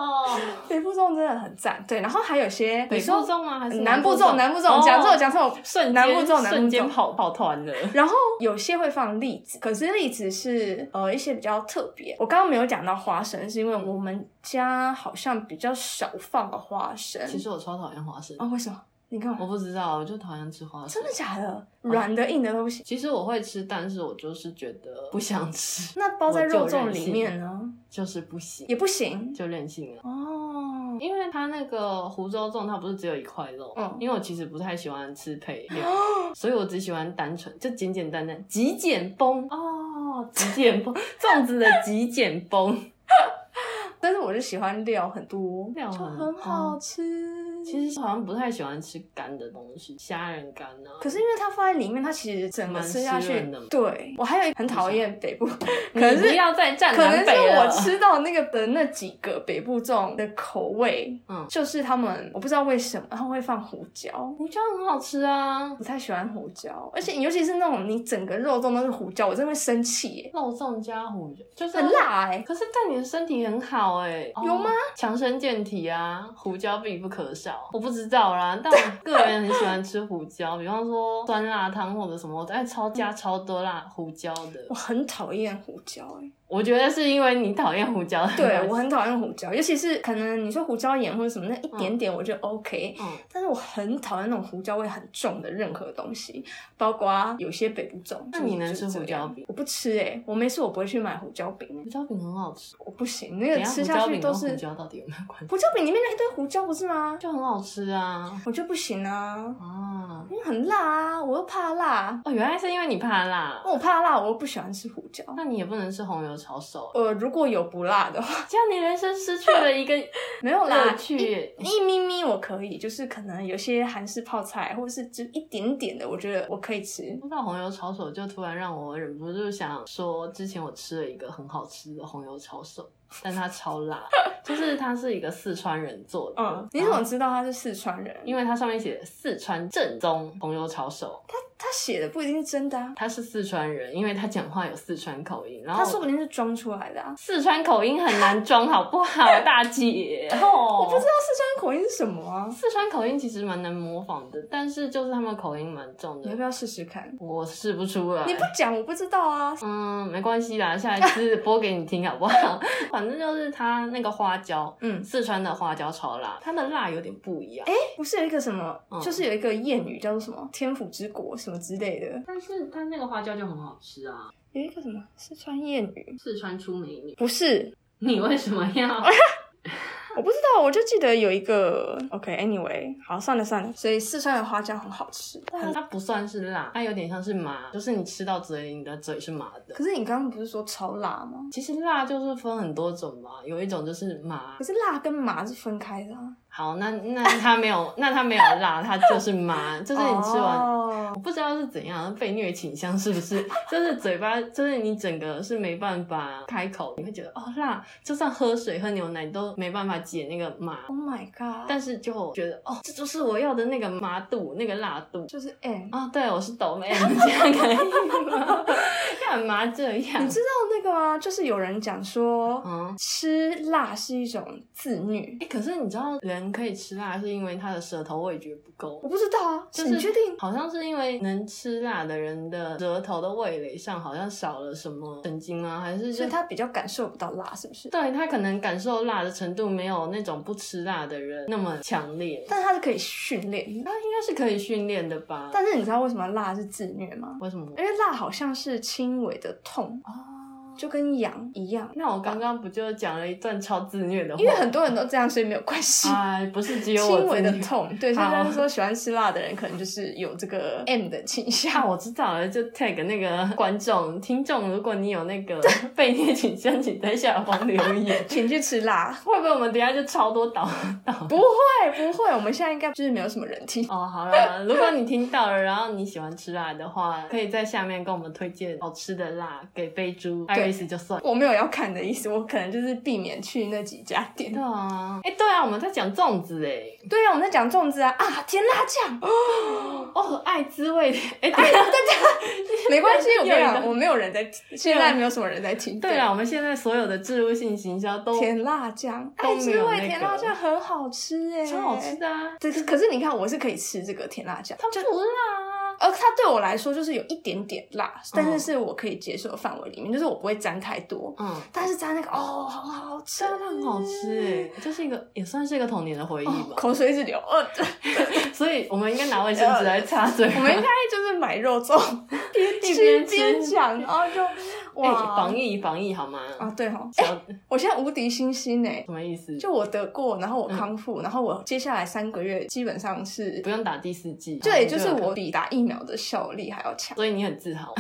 Speaker 2: 哦，
Speaker 1: 北部粽真的很赞。对，然后还有些
Speaker 2: 北
Speaker 1: 你
Speaker 2: 部
Speaker 1: 说
Speaker 2: 粽吗？还是
Speaker 1: 南部粽，南部
Speaker 2: 哦
Speaker 1: 粽，讲错讲错，
Speaker 2: 瞬
Speaker 1: 南部
Speaker 2: 间
Speaker 1: 粽，南部
Speaker 2: 瞬间
Speaker 1: 粽。
Speaker 2: 跑跑团了。
Speaker 1: 然后有些会放栗子，可是栗子是呃一些比较特别。我刚刚没有讲到花生，是因为我们家好像比较少放花生。
Speaker 2: 其实我超讨厌花生，
Speaker 1: 啊、为什么？你干嘛？
Speaker 2: 我不知道，我哦就讨厌吃花
Speaker 1: 真
Speaker 2: 生
Speaker 1: 的。假的？软的硬的都不行。
Speaker 2: 其实我会吃，但是我就是觉得不想吃，
Speaker 1: 那包在肉粽
Speaker 2: 我就任
Speaker 1: 里
Speaker 2: 性
Speaker 1: 面呢，
Speaker 2: 就是不行，
Speaker 1: 也不行
Speaker 2: 就任性了。
Speaker 1: 哦。
Speaker 2: 因为它那个湖州粽，它不是只有一块肉，
Speaker 1: 嗯
Speaker 2: 因为我其实不太喜欢吃配 料，所以我只喜欢单纯，就简简单单极简风哦， 极简风粽子的极简风。
Speaker 1: 但是我就喜欢料很多，
Speaker 2: 料
Speaker 1: 就
Speaker 2: 很
Speaker 1: 很好吃。
Speaker 2: 其实好像不太喜欢吃干的东西，虾仁干啊，
Speaker 1: 可是因为它放在里面，它其实整个吃下
Speaker 2: 蛮湿
Speaker 1: 去
Speaker 2: 润的，
Speaker 1: 对我还有很讨厌北 部，可
Speaker 2: 你
Speaker 1: 能是
Speaker 2: 不要再站
Speaker 1: 可能
Speaker 2: 南
Speaker 1: 是
Speaker 2: 北了
Speaker 1: 我，吃到那个的那几个北部粽的口味，
Speaker 2: 嗯，
Speaker 1: 就是他们我不知道为什么他们会放胡椒，
Speaker 2: 胡椒很好吃啊，
Speaker 1: 不太喜欢胡椒，而且尤其是那种你整个肉粽都是胡椒，我真的会生气耶，
Speaker 2: 肉粽加胡椒就是
Speaker 1: 很。辣哎、
Speaker 2: 可是对你的身体很好哎、
Speaker 1: 哦有吗？
Speaker 2: 强身健体啊，胡椒必不可少。我不知道啦，但我个人很喜欢吃胡 椒，比方说酸辣汤或者什么，我爱超加超多辣胡椒的
Speaker 1: 我。很讨厌胡椒哎、
Speaker 2: 我觉得是因为你讨厌胡椒的关
Speaker 1: 对
Speaker 2: 系，
Speaker 1: 我很讨厌胡椒，尤其是可能你说胡椒盐或者什么那一点点，我觉得 OK、
Speaker 2: 嗯，
Speaker 1: 但是我很讨厌那种胡椒味很重的任何东西，包括有些北部粽。
Speaker 2: 那你能
Speaker 1: 就是
Speaker 2: 吃
Speaker 1: 这
Speaker 2: 胡椒
Speaker 1: 样
Speaker 2: 饼？
Speaker 1: 我不吃哎、我没事，我不会去买胡椒饼，
Speaker 2: 胡椒饼很好吃。
Speaker 1: 我不行，那
Speaker 2: 等
Speaker 1: 个
Speaker 2: 一
Speaker 1: 吃
Speaker 2: 胡椒
Speaker 1: 下去
Speaker 2: 饼
Speaker 1: 都
Speaker 2: 跟
Speaker 1: 是
Speaker 2: 胡椒到底有没有关系？
Speaker 1: 胡椒饼里面那一堆胡椒不是吗？
Speaker 2: 就很好吃啊
Speaker 1: 我就不行啊，
Speaker 2: 啊！
Speaker 1: 因为很辣啊，我又怕辣，
Speaker 2: 哦，原来是因为你怕辣，
Speaker 1: 我怕辣，我又不喜欢吃胡椒。
Speaker 2: 那你也不能吃红油抄手，
Speaker 1: 呃，如果有不辣的话，
Speaker 2: 这样你人生失去 了一个
Speaker 1: 没有
Speaker 2: 乐
Speaker 1: 啦，
Speaker 2: 趣。
Speaker 1: 一咪咪我可以，就是可能有些韩式泡菜，或者是只一点点的，我觉得我可以吃。
Speaker 2: 说到红油抄手，就突然让我忍不住想说，之前我吃了一个很好吃的红油抄手，但它超辣，就是它是一个四川人做的。
Speaker 1: 嗯，你
Speaker 2: 然
Speaker 1: 怎
Speaker 2: 后
Speaker 1: 么知道他是四川人？因为
Speaker 2: 因为它上面写四川正宗红油抄手，
Speaker 1: 他写的不一定是真的啊，
Speaker 2: 他是四川人，因为他讲话有四川口音，然后
Speaker 1: 他说不定是装出来的啊。
Speaker 2: 四川口音很难装，好不好，大 姐？哦嗯
Speaker 1: 我不知道四川口音是什么啊，
Speaker 2: 四川口音其实蛮难模仿的，但是就是他们口音蛮重
Speaker 1: 你要
Speaker 2: 的
Speaker 1: 不，要试试看？
Speaker 2: 我试不出来。
Speaker 1: 你不讲我不知道啊。
Speaker 2: 嗯，没关系啦，下一次播给你听好不好？ 反正就是它那个花椒，
Speaker 1: 嗯，
Speaker 2: 四川的花椒超辣，它的辣有点不一样。
Speaker 1: 哎，不是有一个什么
Speaker 2: 嗯，
Speaker 1: 就是有一个谚语叫做什么“天府之国”什么之类的，
Speaker 2: 但是它那个花椒就很好吃啊！
Speaker 1: 有一个什么四川谚语，
Speaker 2: 四川出美女，
Speaker 1: 不是，
Speaker 2: 你为什么 要？
Speaker 1: 我不知道，我就记得有一个。OK，Anyway，、好，算了算了。所以四川的花椒很好吃，但
Speaker 2: 嗯它不算是辣，它有点像是麻，就是你吃到嘴里，你的嘴是麻的。
Speaker 1: 可是你刚刚不是说超辣吗？
Speaker 2: 其实辣就是分很多种嘛，有一种就是麻
Speaker 1: 可。是辣跟麻是分开的、啊，
Speaker 2: 好，那那它没有，那它没有辣，它就是麻，就是你吃完
Speaker 1: 哦
Speaker 2: 我不知道是怎样被虐倾向是不是？ 就是嘴巴，就是你整个是没办法开口，你会觉得哦辣，就算喝水喝牛奶都没办法解那个麻，
Speaker 1: Oh my god！
Speaker 2: 但是就觉得哦，这就是我要的那个麻度，那个辣度
Speaker 1: 就是哎 M，、
Speaker 2: 啊！对，我是抖妹，你这样可以吗？干嘛这样
Speaker 1: 你？知道那个吗？就是有人讲说，
Speaker 2: 嗯。
Speaker 1: 吃辣是一种自虐。
Speaker 2: 哎、可是你知道人可以吃辣，是因为他的舌头味觉不够
Speaker 1: 我，不知道啊，
Speaker 2: 就是
Speaker 1: 你确定？
Speaker 2: 好像是因为能吃辣的人的舌头的味蕾上好像少了什么神经吗？还是
Speaker 1: 所
Speaker 2: 就
Speaker 1: 以他比较感受不到辣，是不是？
Speaker 2: 对他可能感受辣的程度没有那种不吃辣的人那么强烈，
Speaker 1: 但他是可以训练。
Speaker 2: 他应该是可以训练的吧？
Speaker 1: 但是你知道为什么辣是自虐吗？
Speaker 2: 为什么？
Speaker 1: 因为辣好像是轻微的痛，
Speaker 2: 哦，
Speaker 1: 就跟痒一样。
Speaker 2: 那我刚刚不就讲了一段超自虐的话？
Speaker 1: 因为很多人都这样，所以没有关系。
Speaker 2: 哎，不是只有我
Speaker 1: 轻微的
Speaker 2: 自虐。
Speaker 1: 痛，对，所以
Speaker 2: 好
Speaker 1: 他们说喜欢吃辣的人，可能就是有这个 M 的倾
Speaker 2: 啊，
Speaker 1: 向。
Speaker 2: 我知道了，就 tag 那个观众、听众，如果你有那个 被虐倾向，请在下方留言。
Speaker 1: 请去吃辣，
Speaker 2: 会不会我们等一下就超多导 导？
Speaker 1: 不会不会，我们现在应该就是没有什么人听。
Speaker 2: 哦，好啦， 如果你听到了，然后你喜欢吃辣的话，可以在下面跟我们推荐好吃的辣给贝猪，还有意思就算了。
Speaker 1: 我没有要看的意思，我可能就是避免去那几家店。
Speaker 2: 对啊，哎、对啊，我们在讲粽子哎，
Speaker 1: 对啊，我们在讲粽子啊啊，甜辣 酱，
Speaker 2: 哦，爱滋味 的
Speaker 1: 哎，
Speaker 2: 哎，对
Speaker 1: 大家没关系，我
Speaker 2: 又
Speaker 1: 跟
Speaker 2: 有
Speaker 1: 你
Speaker 2: 一
Speaker 1: 讲，
Speaker 2: 个
Speaker 1: 我没有人在听，现在没有什么人在听。
Speaker 2: 对啊，我们现在所有的植入性行销都
Speaker 1: 甜辣酱，
Speaker 2: 都没有
Speaker 1: 爱滋味
Speaker 2: 那个
Speaker 1: 甜辣酱很好吃哎，
Speaker 2: 超好吃。的啊，
Speaker 1: 这可是你看，我是可以吃这个甜辣酱，
Speaker 2: 它
Speaker 1: 就
Speaker 2: 不辣啊，
Speaker 1: 呃，它对我来说就是有一点点辣，但是是我可以接受的范围里面，就是我不会沾太多。
Speaker 2: 嗯。
Speaker 1: 但是沾那个哦，好好吃，
Speaker 2: 真的很好吃哎、这是一个也算是一个童年的回忆
Speaker 1: 哦，
Speaker 2: 吧，
Speaker 1: 口水一直流。呃，
Speaker 2: 所以我们应该拿卫生纸来擦嘴。
Speaker 1: 我们应该就是买肉粽，边
Speaker 2: 一边吃
Speaker 1: 边讲，然后就
Speaker 2: 哎、
Speaker 1: 哇，
Speaker 2: 防疫防疫好吗？
Speaker 1: 啊，对哈，
Speaker 2: 小、
Speaker 1: 我现在无敌星星哎，
Speaker 2: 什么意思？
Speaker 1: 就我得过，然
Speaker 2: 嗯
Speaker 1: 后我康复，然后我接下来三个月基本上是
Speaker 2: 不，用打第四剂，
Speaker 1: 这也就是
Speaker 2: 有可能
Speaker 1: 我比打疫苗的效力还要 强
Speaker 2: 所以你很自豪。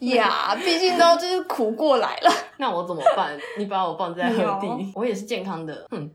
Speaker 1: 呀，毕竟都就是苦过来了。
Speaker 2: 那我怎么办？你把我放在何
Speaker 1: 没
Speaker 2: 地？我也是健康的，哼，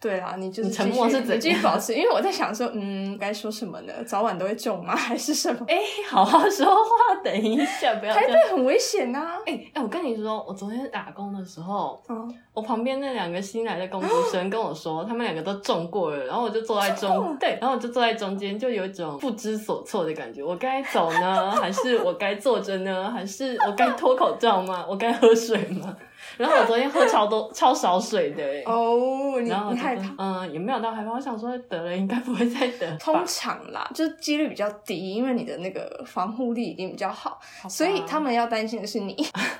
Speaker 1: 对啦，你就是
Speaker 2: 你沉默
Speaker 1: 继续
Speaker 2: 是怎样
Speaker 1: 你继续保持，因为我在想说，嗯，该说什么呢？早晚都会中吗？ 还是什么？
Speaker 2: 哎、好好说话，等一 下，不要
Speaker 1: 台
Speaker 2: 这
Speaker 1: 北
Speaker 2: 样。
Speaker 1: 很危险啊呐、
Speaker 2: 哎、哎、我跟你说，我昨天打工的时候，
Speaker 1: 嗯，
Speaker 2: 我旁边那两个新来的工读生跟我说，他们两个都中过了，然后我就坐在
Speaker 1: 中过
Speaker 2: 中
Speaker 1: 了
Speaker 2: 对，然后我就坐在中间，就有一种不知所措的感觉。我该走 呢，还是我该坐着呢？还是我该脱口罩吗？我该喝水 吗？然后我昨天喝超多超少水的、欸，
Speaker 1: 哦，你
Speaker 2: 然后我
Speaker 1: 你
Speaker 2: 就
Speaker 1: 害
Speaker 2: 说
Speaker 1: 怕。
Speaker 2: 嗯，也没有到害怕，我想说得了应该不会再得吧，
Speaker 1: 通常啦，就是几率比较低，因为你的那个防护力已经比较好，
Speaker 2: 好吧
Speaker 1: 所以他们要担心的是 你，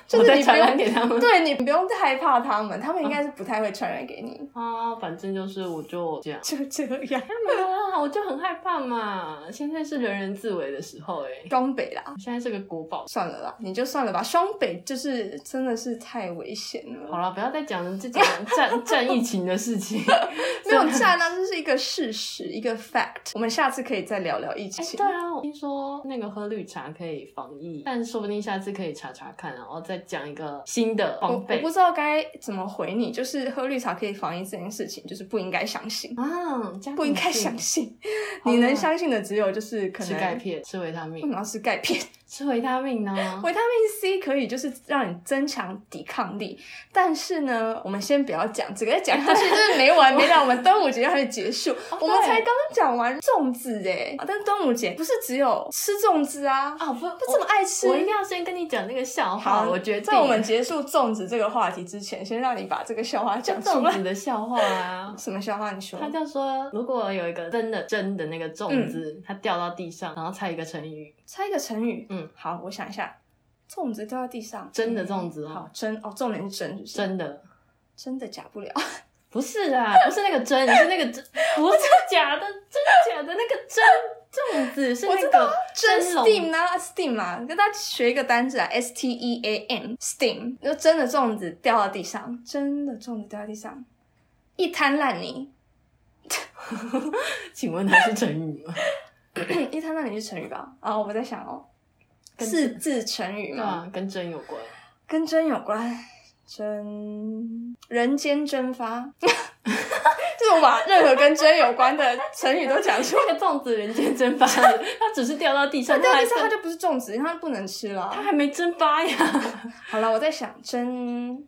Speaker 1: 就
Speaker 2: 我
Speaker 1: 是
Speaker 2: 再
Speaker 1: 你不
Speaker 2: 传染
Speaker 1: 用，
Speaker 2: 给他们。嗯
Speaker 1: 对你不用害怕他们，他们应该是不太会传染给你。
Speaker 2: 啊，反正就是我就这样。
Speaker 1: 就这样，
Speaker 2: 没有啦，我就很害怕嘛。现在是人人自危的时候、欸，哎，
Speaker 1: 双北啦，
Speaker 2: 现在是个国宝。
Speaker 1: 算了啦，你就算了吧。双北就是真的是太危险了，
Speaker 2: 好了，不要再讲这讲战战疫情的 事情。哎
Speaker 1: 没有站啊，这是一个事实，一个 fact。我们下次可以再聊聊疫
Speaker 2: 哎、
Speaker 1: 情。
Speaker 2: 对啊，我听说那个喝绿茶可以防疫，但说不定下次可以查查看，然后再讲一个新的
Speaker 1: 我
Speaker 2: 防
Speaker 1: 我
Speaker 2: 备
Speaker 1: 不知道该怎么回你，就是喝绿茶可以防疫这件事情，就是不应该相信，
Speaker 2: 啊，加
Speaker 1: 不应该
Speaker 2: 点劲
Speaker 1: 相信。
Speaker 2: 好啦
Speaker 1: 你能相信的只有就是可能
Speaker 2: 哦吃钙嗯片、吃维他
Speaker 1: 为什
Speaker 2: 命、
Speaker 1: 么要吃钙片？
Speaker 2: 吃维他命呢？
Speaker 1: 维他命 C 可以就是让你增强抵抗力，但是呢，我们先不要讲这个，讲下去就是没完没了。我们端午节还没结 束，我们
Speaker 2: 哦对
Speaker 1: 才刚讲完粽子哎，啊但端午节不是只有吃粽子啊，
Speaker 2: 啊，不
Speaker 1: 不怎么爱吃
Speaker 2: 我。一定要先跟你讲那个笑话，我决定
Speaker 1: 在我们结束粽子这个话题之前，先让你把这个笑话讲出
Speaker 2: 粽
Speaker 1: 来。
Speaker 2: 子的笑话啊。
Speaker 1: 什么笑话？你说
Speaker 2: 他就说，如果有一个真的真的那个粽子，它掉到地上，然后猜一个成语，
Speaker 1: 猜一个成语。
Speaker 2: 嗯，
Speaker 1: 好，我想一下，粽子掉在地上，
Speaker 2: 真的粽子哦
Speaker 1: 好真哦，重点是真，是不是
Speaker 2: 真哦的
Speaker 1: 真的假不了。
Speaker 2: 不是 啦，不是那个真，是那个真，不是假的，真假的那个真粽子是
Speaker 1: 我
Speaker 2: 那
Speaker 1: 知道
Speaker 2: 个
Speaker 1: 真
Speaker 2: 笼
Speaker 1: steam 啊，steam 啊，跟大家学一个单字啊，S T E A M steam，就真的粽子掉到地上，真的粽子掉到地上，一滩烂泥，
Speaker 2: 请问它是成语吗？
Speaker 1: 一滩烂泥是成语吧？啊、我在想哦，
Speaker 2: 跟
Speaker 1: 四字成语
Speaker 2: 对
Speaker 1: 嘛，
Speaker 2: 啊，跟真有关。
Speaker 1: 跟真有关，真人间蒸发， 就是我把任何跟真有关的成语都讲出来。
Speaker 2: 那个粽子人间蒸发了，它只是掉到地上，
Speaker 1: 掉到
Speaker 2: 还
Speaker 1: 地上它
Speaker 2: 它
Speaker 1: 就不是粽子，因为它不能吃了。
Speaker 2: 啊
Speaker 1: 啊
Speaker 2: 它还没蒸发呀。
Speaker 1: 好了，我在想真，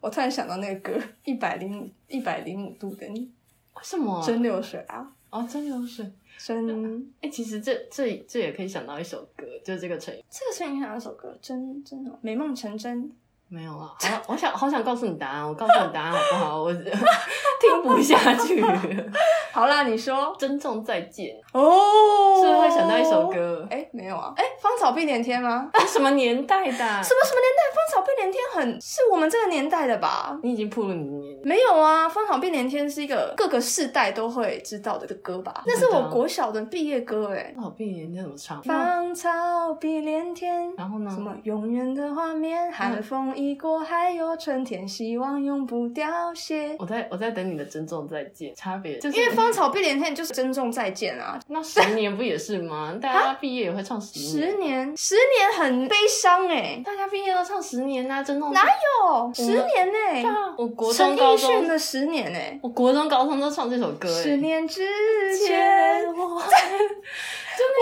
Speaker 1: 我突然想到那个歌《一百零五一百零五度的你
Speaker 2: 为什么》，啊？
Speaker 1: 蒸馏水啊，
Speaker 2: 哦，蒸馏水。
Speaker 1: 真
Speaker 2: 哎、其实这这这也可以想到一首歌，就是这个成语。
Speaker 1: 这个声音想到一首歌，真真的美梦成真。
Speaker 2: 没有啊，好我想好想告诉你答案，我告诉你答案好不好？我 听不下去，
Speaker 1: 好啦，你说
Speaker 2: 珍重再见，
Speaker 1: 哦，
Speaker 2: 是不是会想到一首？ 歌？
Speaker 1: 哎，没有啊，哎，芳草碧连天吗？
Speaker 2: 哎、什么年代的啊、
Speaker 1: 什么什么年代？芳草碧连天很是我们这个年代的吧？
Speaker 2: 你已经暴露你的年龄，
Speaker 1: 没有啊，《芳草碧连天》是一个各个世代都会知道的歌吧？
Speaker 2: 嗯
Speaker 1: 那是
Speaker 2: 啊
Speaker 1: 我国小的毕业歌哎、
Speaker 2: 老毕年那怎么唱？
Speaker 1: 芳草碧连天，
Speaker 2: 然后呢？
Speaker 1: 什么永远的画面，寒风一过，还有春天，希望永不凋谢。
Speaker 2: 我在我在等你的珍重再见，差别就是
Speaker 1: 因为芳草碧连天就是珍重再见啊，
Speaker 2: 那十年不也是吗？大家毕业也会唱十年，
Speaker 1: 十年，十年很悲伤哎、
Speaker 2: 大家毕业都唱十年呐、珍重
Speaker 1: 哪
Speaker 2: 再见
Speaker 1: 哟，十年哎、
Speaker 2: 嗯对啊我国
Speaker 1: 陈
Speaker 2: 中高
Speaker 1: 奕迅
Speaker 2: 中，
Speaker 1: 的十年哎、
Speaker 2: 我国中高中都唱这首歌、哎
Speaker 1: 十年之
Speaker 2: 之
Speaker 1: 前，
Speaker 2: 前我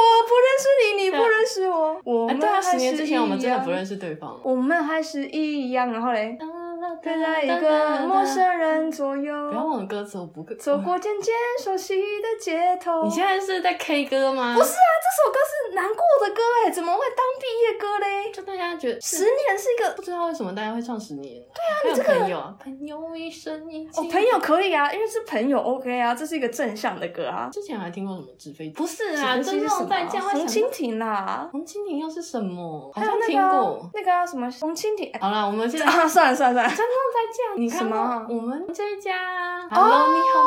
Speaker 1: 我不认识你，你不认识我，我
Speaker 2: 哎
Speaker 1: 们
Speaker 2: 对啊，十十年之前我们真的不认
Speaker 1: 识，
Speaker 2: 识对方。
Speaker 1: 我们还是一样。然后嘞，对在一个陌生人左右，
Speaker 2: 不要忘了歌词，我不会
Speaker 1: 走。过渐渐熟悉的街头。
Speaker 2: 你现在是在 K 歌吗？
Speaker 1: 不是，啊，这首歌是难过的歌哎，怎么会当毕业歌嘞？
Speaker 2: 就大家觉得
Speaker 1: 十年是一个
Speaker 2: 不知道为什么大家会唱十年。对啊，还有朋友啊，朋友一生一起。
Speaker 1: 哦，朋友可以啊，因为是朋友 OK 啊，这是一个正向的歌啊。
Speaker 2: 之前还听过什么纸飞机？不是
Speaker 1: 啊，
Speaker 2: 啊，
Speaker 1: 这
Speaker 2: 真
Speaker 1: 是什
Speaker 2: 正
Speaker 1: 么
Speaker 2: 在
Speaker 1: 啊？
Speaker 2: 家会
Speaker 1: 红
Speaker 2: 想
Speaker 1: 蜻蜓啦，
Speaker 2: 红蜻蜓又是什么？好
Speaker 1: 还有
Speaker 2: 像
Speaker 1: 那
Speaker 2: 听
Speaker 1: 个
Speaker 2: 过
Speaker 1: 啊。那个啊什么红蜻蜓。哎
Speaker 2: 好了，我们现在
Speaker 1: 啊，算了算了算了，
Speaker 2: 这样，你看
Speaker 1: 什么
Speaker 2: 吗？我们这家，Hello，你好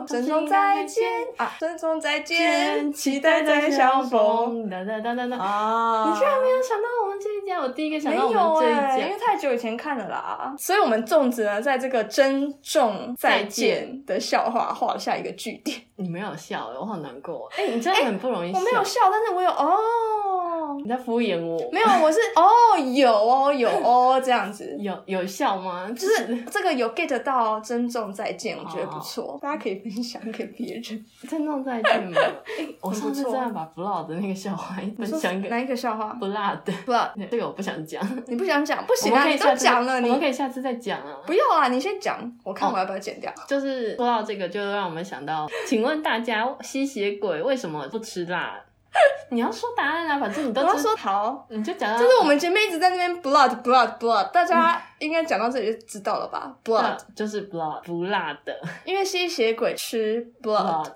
Speaker 2: 吗？
Speaker 1: 珍重再见啊，珍重再见，期待再相逢。。
Speaker 2: 哒哒哒哒哒。
Speaker 1: 啊
Speaker 2: 你居然没有想到我们这一家，我第一个想
Speaker 1: 没
Speaker 2: 到
Speaker 1: 有
Speaker 2: 我们这
Speaker 1: 哎、因
Speaker 2: 一
Speaker 1: 为
Speaker 2: 家。
Speaker 1: 太久以前看了啦，所以我们粽子呢，在这个珍重再
Speaker 2: 再见
Speaker 1: 见的笑话画下一个句点。
Speaker 2: 你没有笑，我好难过。哎，你真的很不容易
Speaker 1: 我
Speaker 2: 笑。
Speaker 1: 没有笑，但是我有哦，
Speaker 2: 你在敷衍我。
Speaker 1: 没有，我是哦有哦有哦这样 子，
Speaker 2: 有有笑吗？就
Speaker 1: 就是哦这个有 get 到珍重再见，我觉得不错，大家可以分享给别人。
Speaker 2: 郑重再见吗？哎，我上次
Speaker 1: 很不
Speaker 2: 真
Speaker 1: 错啊
Speaker 2: 的把不辣的那个笑话分享给
Speaker 1: 哪一个笑话？
Speaker 2: 不辣的，
Speaker 1: 不，
Speaker 2: 对这个我不想讲。
Speaker 1: 你不想讲，不
Speaker 2: 我
Speaker 1: 行
Speaker 2: 们
Speaker 1: 啊，
Speaker 2: 可
Speaker 1: 你
Speaker 2: 以
Speaker 1: 都
Speaker 2: 下次
Speaker 1: 讲了，
Speaker 2: 我们
Speaker 1: 你
Speaker 2: 可以下次再讲啊。
Speaker 1: 不要啊，你先讲，我看
Speaker 2: 哦
Speaker 1: 我要不要剪掉。
Speaker 2: 就是说到这个，就让我们想到，请问大家吸血鬼为什么不吃辣？ 你要说答案啊，反正你
Speaker 1: 我
Speaker 2: 都
Speaker 1: 要
Speaker 2: 知，
Speaker 1: 说好，
Speaker 2: 你就讲到，
Speaker 1: 就是我们前面一直在那边 blood blood blood，大家应该讲到这里就知道了吧？blood，
Speaker 2: 辣呃就是 blood 不辣的
Speaker 1: 因为吸血鬼吃 blood。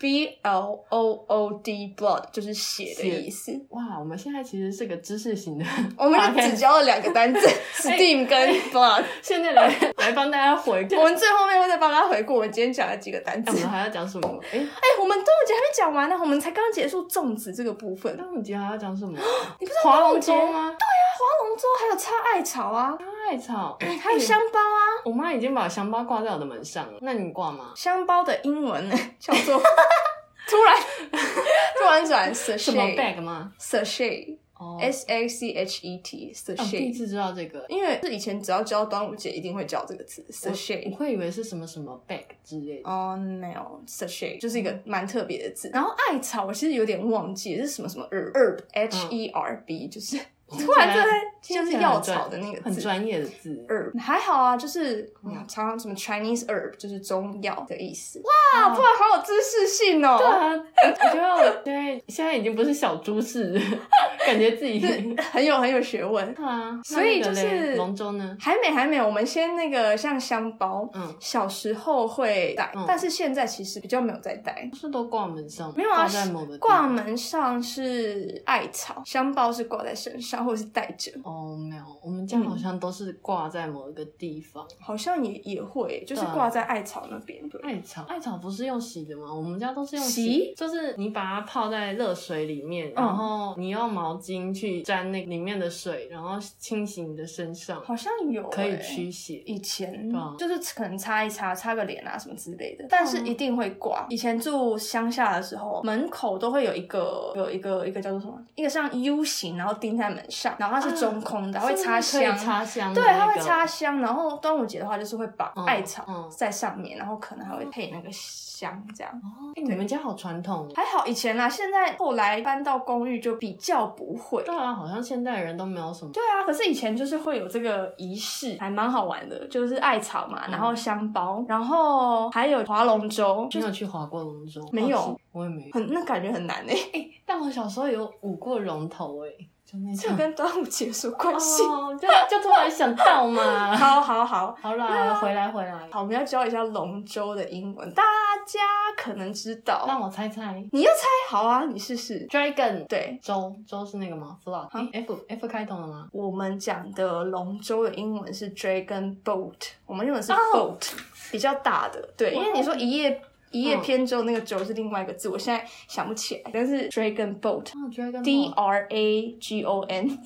Speaker 1: B L O O D blood 就是血的
Speaker 2: 血
Speaker 1: 意思，
Speaker 2: 哇，我们现在其实是个知识型的 podcast，
Speaker 1: 我们就只教了两个单 字，steam 跟 blood。
Speaker 2: 现在来来帮大家回顾，
Speaker 1: 我们最后面会再帮大家回顾我们今天讲的几个单
Speaker 2: 哎
Speaker 1: 词
Speaker 2: 我。们还要讲什么？哎，
Speaker 1: 哎、我们端午节还没讲完呢，我们才刚结束粽子这个部分。
Speaker 2: 端午节还要讲什么？
Speaker 1: 你不知道
Speaker 2: 划
Speaker 1: 端午
Speaker 2: 龙
Speaker 1: 节
Speaker 2: 舟吗？
Speaker 1: 划龙舟还有插艾草啊，
Speaker 2: 艾草，
Speaker 1: 还有香包啊。
Speaker 2: 我妈已经把香包挂在我的门上了，那你挂吗？
Speaker 1: 香包的英文 呢叫做，突然 突然转
Speaker 2: 什么
Speaker 1: sachet
Speaker 2: bag 吗？
Speaker 1: sachet
Speaker 2: 哦，
Speaker 1: s a c h e t
Speaker 2: 哦第一
Speaker 1: sachet，
Speaker 2: 次知道这个，
Speaker 1: 因为是以前只要教端午节一定会教这个词
Speaker 2: 我
Speaker 1: sachet。
Speaker 2: 会以为是什么什么 bag 之类的。
Speaker 1: 哦、没有，sachet 就是一个蛮特别的字。嗯然后艾草我其实有点忘记是什么什么 herb h e r b，就是突然就在 就是药草的那个
Speaker 2: 很
Speaker 1: 字。
Speaker 2: 专业的字。
Speaker 1: herb 还好啊，就是
Speaker 2: 嗯
Speaker 1: 常常什么 Chinese herb 就是中药的意思。哇，突然啊好有知识性哦！
Speaker 2: 对啊，我觉得我现在现在已经不是小猪似的，感觉自己
Speaker 1: 是很有很有学问。
Speaker 2: 对啊。
Speaker 1: 所以就是
Speaker 2: 那那个嘞龙舟呢，
Speaker 1: 还没还没，我们先那个像香包，
Speaker 2: 嗯，
Speaker 1: 小时候会戴，
Speaker 2: 嗯
Speaker 1: 但是现在其实比较没有在戴。
Speaker 2: 是都挂门上，
Speaker 1: 没有啊
Speaker 2: 挂在某个地
Speaker 1: 挂
Speaker 2: 方
Speaker 1: 门上是艾草，香包是挂在身上或者是戴着，
Speaker 2: 哦，没有，我们家好像都是挂在某一个地方。
Speaker 1: 好像也也会，就是
Speaker 2: 对啊
Speaker 1: 挂在艾草那边。对，
Speaker 2: 艾草，艾草不是用洗的吗？我们家都是用
Speaker 1: 洗嗯
Speaker 2: 就是你把它泡在热水里面，然后你用毛巾去沾那里面的水，然后清洗你的身上，
Speaker 1: 好像有、
Speaker 2: 可以
Speaker 1: 欸
Speaker 2: 驱血。
Speaker 1: 以前
Speaker 2: 对啊嗯
Speaker 1: 就是可能擦一擦，擦个脸啊什么之类的，但是一定会挂。以前住乡下的时候，门口都会有一个有一个一个叫做什么，一个像 U 型，然后钉在门上，然后它是中空的，它会
Speaker 2: 啊是
Speaker 1: 插
Speaker 2: 不是可以
Speaker 1: 香，
Speaker 2: 插香的
Speaker 1: 对，
Speaker 2: 那个，
Speaker 1: 它会插香。然后端午节的话，就是会把
Speaker 2: 嗯
Speaker 1: 艾草
Speaker 2: 嗯
Speaker 1: 在上面，然后可能还会配那个香这样。
Speaker 2: 哦，哎你们家好传统哦。
Speaker 1: 还好以前啦，现在后来搬到公寓就比较不会。
Speaker 2: 对啊，好像现代人都没有什么。
Speaker 1: 对啊，可是以前就是会有这个仪式，还蛮好玩的，就是艾草嘛，
Speaker 2: 嗯
Speaker 1: 然后香包，然后还有划龙舟，就是
Speaker 2: 没有去划过龙舟，
Speaker 1: 没有
Speaker 2: 好奇，我也没有。
Speaker 1: 很那感觉很难诶、欸，
Speaker 2: 但我小时候有舞过龙头、哎，就那
Speaker 1: 这有
Speaker 2: 种。
Speaker 1: 跟端午节有什么关系？
Speaker 2: 哦，就就突然想到嘛。
Speaker 1: 好好好。
Speaker 2: 好 啦，回来回来，
Speaker 1: 好，我们要教一下龙舟的英文，大家可能知道。
Speaker 2: 让我猜猜
Speaker 1: 你要猜好啊，你试试。
Speaker 2: ，Dragon
Speaker 1: 对
Speaker 2: 周周是那个吗？Flood、
Speaker 1: 啊
Speaker 2: 诶 F F 开头的吗？
Speaker 1: 我们讲的龙舟的英文是 dragon boat，我们用的是
Speaker 2: 哦
Speaker 1: boat，、比较大的。对，因
Speaker 2: 哇
Speaker 1: 为你说一叶一叶扁舟那个舟是另外一个字，我现在想不起来，但是 dragon boat。
Speaker 2: 啊哦，Dragon
Speaker 1: D
Speaker 2: Boat
Speaker 1: R A G O N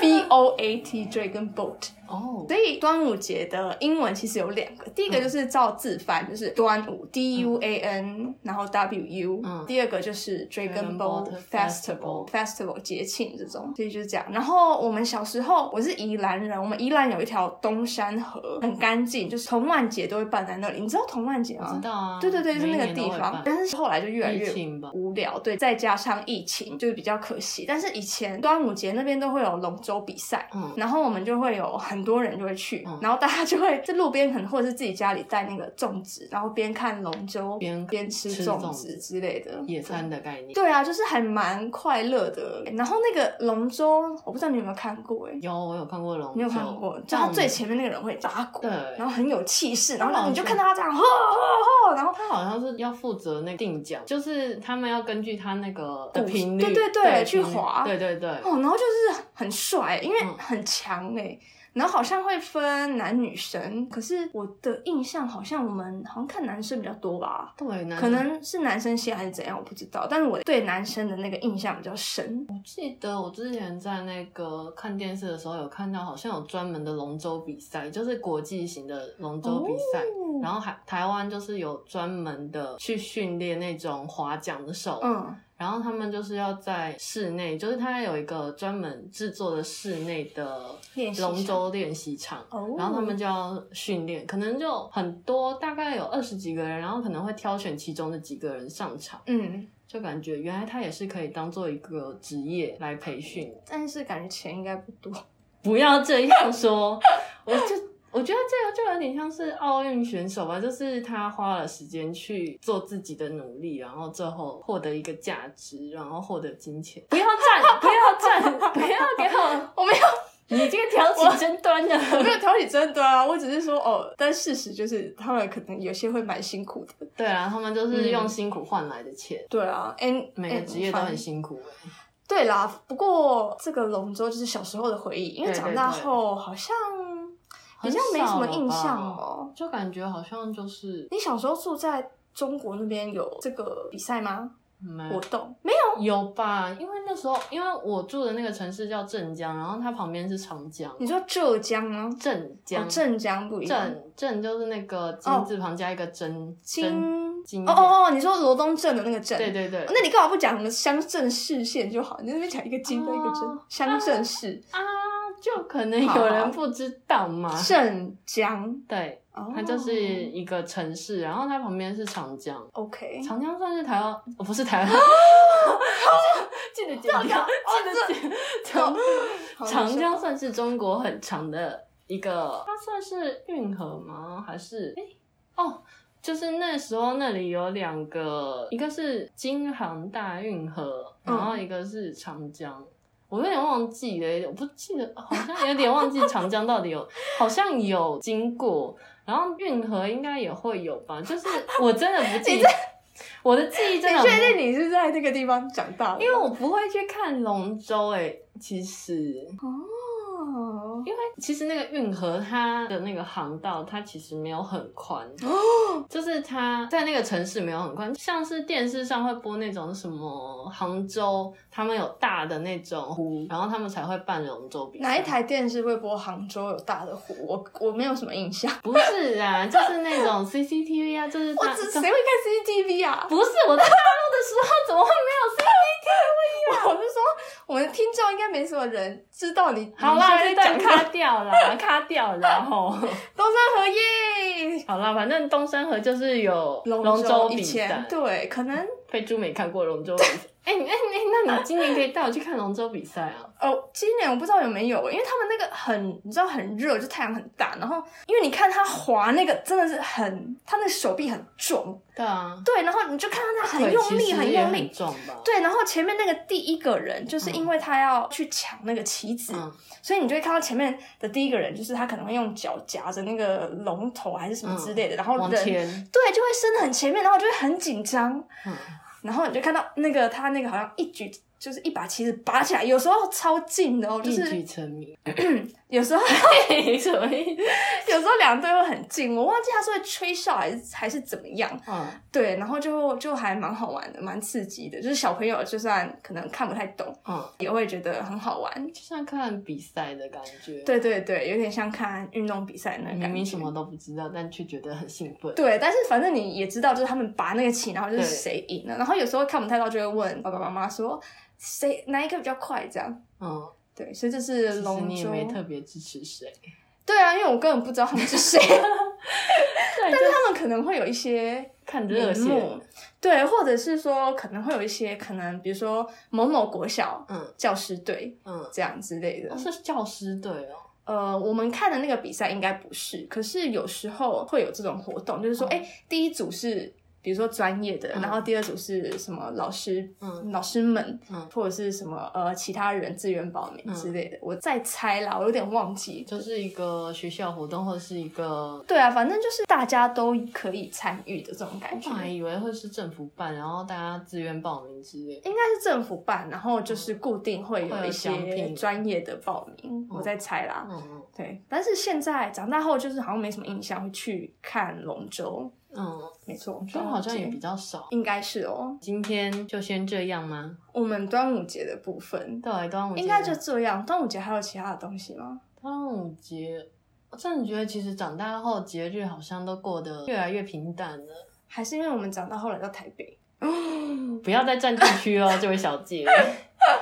Speaker 1: B O A T Dragon Boat，
Speaker 2: 哦，
Speaker 1: 所以端午节的英文其实有两个，第一个就是照字翻，就是端午 D U A N，然后 W U，、
Speaker 2: 嗯
Speaker 1: 第二个就是 Dragon
Speaker 2: Dragon
Speaker 1: Boat
Speaker 2: Boat
Speaker 1: Festival
Speaker 2: Festival
Speaker 1: Festival 节庆这种，所以就是这样。然后我们小时候，我是宜兰人，我们宜兰有一条东山河，很干净，就是童万节都会办在那里。你知道童万节
Speaker 2: 我知
Speaker 1: 吗？
Speaker 2: 道啊，
Speaker 1: 对对对，
Speaker 2: 每
Speaker 1: 是
Speaker 2: 一
Speaker 1: 那个
Speaker 2: 年都
Speaker 1: 地
Speaker 2: 会
Speaker 1: 方
Speaker 2: 办，
Speaker 1: 但是后来就越来越
Speaker 2: 疫情吧，
Speaker 1: 无聊，对，再加上疫情，就是比较可惜。但是以前端午节那边都会有龙舟比赛，
Speaker 2: 嗯
Speaker 1: 然后我们就会有很多人就会去，
Speaker 2: 嗯
Speaker 1: 然后大家就会在路边可能或者是自己家里带那个粽子，然后边看龙舟
Speaker 2: 边
Speaker 1: 边吃
Speaker 2: 吃
Speaker 1: 粽
Speaker 2: 粽
Speaker 1: 子
Speaker 2: 子
Speaker 1: 之类的
Speaker 2: 野餐的概念。
Speaker 1: 对啊，就是还蛮快乐的。然后那个龙舟，我不知道你有没有看过哎、
Speaker 2: 有，我有看过龙舟，
Speaker 1: 你有看过？就
Speaker 2: 但
Speaker 1: 他
Speaker 2: 我们
Speaker 1: 最前面那个人会打鼓，
Speaker 2: 对，
Speaker 1: 然后很有气势，然
Speaker 2: 他好
Speaker 1: 后
Speaker 2: 像
Speaker 1: 你就是看到他这样，吼吼吼，然后
Speaker 2: 他好像是要负责那个定奖，就是他们要根据他那个的
Speaker 1: 股
Speaker 2: 频率，
Speaker 1: 对对对去
Speaker 2: 频率
Speaker 1: 划
Speaker 2: 对对对，
Speaker 1: 哦，然后就是很帅，因为
Speaker 2: 嗯
Speaker 1: 很强哎、然后好像会分男女生，可是我的印象好像我们好像看男生比较多吧，
Speaker 2: 对，男
Speaker 1: 可能是男生先还是怎样，我不知道。但是我对男生的那个印象比较深。
Speaker 2: 记得我之前在那个看电视的时候有看到，好像有专门的龙舟比赛，就是国际型的龙舟比赛。然后还台湾就是有专门的去训练那种划桨的手，
Speaker 1: 嗯，
Speaker 2: 然后他们就是要在室内，就是他有一个专门制作的室内的
Speaker 1: 练习场
Speaker 2: 龙舟练习场，
Speaker 1: 哦
Speaker 2: 然后他们就要训练，可能就很多，大概有二十几个人，然后可能会挑选其中的几个人上场，
Speaker 1: 嗯，
Speaker 2: 就感觉原来他也是可以当做一个职业来培训。
Speaker 1: 但是感觉钱应该不多。
Speaker 2: 不要这样说，我就。我觉得这个就有点像是奥运选手吧，就是他花了时间去做自己的努力，然后最后获得一个价值，然后获得金钱。不要站，不要站，不要给我，
Speaker 1: 我没有，
Speaker 2: 你这个挑起争端的。
Speaker 1: 我没有挑起争端啊，我只是说哦，但事实就是他们可能有些会蛮辛苦的。
Speaker 2: 对啊，他们就是用辛苦换来的钱，
Speaker 1: 对啊，嗯哎、
Speaker 2: 每个职业都
Speaker 1: 辛。
Speaker 2: 很辛苦、欸
Speaker 1: 对啦，不过这个龙舟就是小时候的回忆，因为
Speaker 2: 对对
Speaker 1: 长大后好像比较没什么印象哦。
Speaker 2: 就感觉好像就是
Speaker 1: 你小时候住在中国那边有这个比赛吗？
Speaker 2: 没
Speaker 1: 活动没有？
Speaker 2: 有吧，因为那时候因为我住的那个城市叫镇江，然后它旁边是长江，
Speaker 1: 你说浙江吗？
Speaker 2: 镇江、
Speaker 1: 哦，镇江不一样。
Speaker 2: 镇镇就是那个金字旁加一个真真，
Speaker 1: 金
Speaker 2: 金
Speaker 1: 哦哦哦，你说罗东镇的那个镇？哦
Speaker 2: 对对对
Speaker 1: 那你干嘛不讲什么乡镇市县就好？你在那边讲一个金的一个镇
Speaker 2: 哦，
Speaker 1: 乡镇市
Speaker 2: 啊，就可能
Speaker 1: 好
Speaker 2: 有人不知道嘛。
Speaker 1: 镇江，
Speaker 2: 对，
Speaker 1: 哦
Speaker 2: 啊它就是一个城市，然后它旁边是长江，
Speaker 1: 哦 OK。
Speaker 2: 长江算是台湾，哦不是台 湾， 记得剪掉，记得哦剪
Speaker 1: 好
Speaker 2: 长
Speaker 1: 好
Speaker 2: 长江算是中国很长的一个，它算是运河吗？还是哎、哦，就是那时候那里有两个，一个是京杭大运河，
Speaker 1: 嗯
Speaker 2: 然后一个是长江。我有点忘记了，我不记得，好像有点忘记长江到 底有，好像有经过，然后运河应该也会有 吧，就是我真的不记得，我的记忆真的
Speaker 1: 你
Speaker 2: 很
Speaker 1: 确定你是在那个地方长大的？
Speaker 2: 因为我不会去看龙舟诶、其实
Speaker 1: 哦
Speaker 2: 因为其实那个运河它的那个航道它其实没有很宽，
Speaker 1: 哦
Speaker 2: 就是它在那个城市没有很宽，像是电视上会播那种什么杭州，他们有大的那种湖，然后他们才会办龙舟比赛。
Speaker 1: 哪一？台电视会播杭州有大的湖？我我没有什么印象。
Speaker 2: 不 是啊，就是那种 CCTV 啊，就是
Speaker 1: 我
Speaker 2: 大
Speaker 1: 只谁会看 CCTV 啊？
Speaker 2: 不是我在大陆的时候怎么会没有 C？
Speaker 1: 我是说，我们听众应该没什么人知道你。
Speaker 2: 好啦，
Speaker 1: 你
Speaker 2: 这
Speaker 1: 现在讲
Speaker 2: 段
Speaker 1: 看
Speaker 2: 卡掉啦， 卡掉啦吼。
Speaker 1: 东山河耶，
Speaker 2: 好啦，反正东山河就是有
Speaker 1: 舟
Speaker 2: 舟
Speaker 1: 以
Speaker 2: 比
Speaker 1: 前
Speaker 2: 赛，
Speaker 1: 对，可能
Speaker 2: 飞猪没看过龙舟比赛。哎、你哎、你那你今年可以带我去看龙舟比赛啊？
Speaker 1: 哦，今年我不知道有没有，因为他们那个很，你知道很热，就太阳很大，然后因为你看他滑那个真的是很，他那个手臂很重，
Speaker 2: 对啊，
Speaker 1: 对，然后你就看到他很用
Speaker 2: 腿其
Speaker 1: 力，
Speaker 2: 实
Speaker 1: 很
Speaker 2: 也
Speaker 1: 用力，
Speaker 2: 壮吧？
Speaker 1: 对，然后前面那个第一个人，就是因为他要去抢那个棋子，
Speaker 2: 嗯
Speaker 1: 所以你就会看到前面的第一个人，就是他可能会用脚夹着那个龙头还是什么之类的，然后
Speaker 2: 嗯往
Speaker 1: 人
Speaker 2: 前，
Speaker 1: 对就会伸得很前面，然后就会很紧张，
Speaker 2: 嗯，
Speaker 1: 然后你就看到那个他那个好像一举就是一把棋子拔起来，有时候超近的哦，就
Speaker 2: 一
Speaker 1: 是
Speaker 2: 举成名。
Speaker 1: 有时候
Speaker 2: 什么意思？
Speaker 1: 有时候两队会很近，我忘记他是会吹哨还是还是怎么样。
Speaker 2: 嗯
Speaker 1: 对，然后就就还蛮好玩的，蛮刺激的。就是小朋友就算可能看不太懂，
Speaker 2: 嗯，
Speaker 1: 也会觉得很好玩。
Speaker 2: 就像看比赛的感觉，，
Speaker 1: 对对对，有点像看运动比赛那种
Speaker 2: 明
Speaker 1: 感
Speaker 2: 明
Speaker 1: 觉
Speaker 2: 什。么都不知道，但却觉得很兴奋。
Speaker 1: 对，但是反正你也知道，就是他们拔那个旗，然后就是
Speaker 2: 对
Speaker 1: 谁赢了。然后有时候看不太到，就会问爸爸妈妈说谁哪一个比较快这样。
Speaker 2: 嗯，
Speaker 1: 对，所以这
Speaker 2: 其
Speaker 1: 是
Speaker 2: 实
Speaker 1: 龙
Speaker 2: 你也
Speaker 1: 舟。
Speaker 2: 没特别支持谁，
Speaker 1: 对啊，因为我根本不知道他们是 谁，
Speaker 2: 但
Speaker 1: 但是他们可能会有一些
Speaker 2: 看热
Speaker 1: 名
Speaker 2: 血，
Speaker 1: 目，对，或者是说可能会有一些可能，比如说某某国小
Speaker 2: 嗯
Speaker 1: 教师队
Speaker 2: 嗯，
Speaker 1: 这样之类的
Speaker 2: 哦，。是教师队哦，
Speaker 1: 呃，我们看的那个比赛应该不是，可是有时候会有这种活动，就是说，
Speaker 2: 嗯
Speaker 1: 哎、第一组是比如说专业的，
Speaker 2: 嗯
Speaker 1: 然后第二组是什么老师，
Speaker 2: 嗯
Speaker 1: 老师们，
Speaker 2: 嗯
Speaker 1: 或者是什么呃其他人自愿报名
Speaker 2: 嗯
Speaker 1: 之类的，我再猜啦，我有点忘记。
Speaker 2: 就是一个学校活动或者是一个。
Speaker 1: 对啊，反正就是大家都可以参与的这种
Speaker 2: 我
Speaker 1: 感觉
Speaker 2: 本，来以为会是政府办，然后大家自愿报名之类的。
Speaker 1: 应该是政府办，然后就是固定会
Speaker 2: 会
Speaker 1: 有
Speaker 2: 有
Speaker 1: 一
Speaker 2: 奖
Speaker 1: 些
Speaker 2: 品
Speaker 1: 专业的报名，
Speaker 2: 嗯
Speaker 1: 我在猜啦。
Speaker 2: 嗯
Speaker 1: 对，但是现在长大后就是好像没什么印象会去看龙舟，
Speaker 2: 嗯嗯，
Speaker 1: 没错，
Speaker 2: 所以
Speaker 1: 端午
Speaker 2: 好像也
Speaker 1: 节
Speaker 2: 比较少。
Speaker 1: 应该是哦。
Speaker 2: 今天就先这样吗？
Speaker 1: 我们端午节的部分
Speaker 2: 对，端午节
Speaker 1: 应该就这样。端午节还有其他的东西吗？
Speaker 2: 端午节。我真的觉得，其实长大后节日好像都过得越来越平淡了。
Speaker 1: 还是因为我们长大后来到台北？
Speaker 2: 不要再占地区哦， 这位小姐。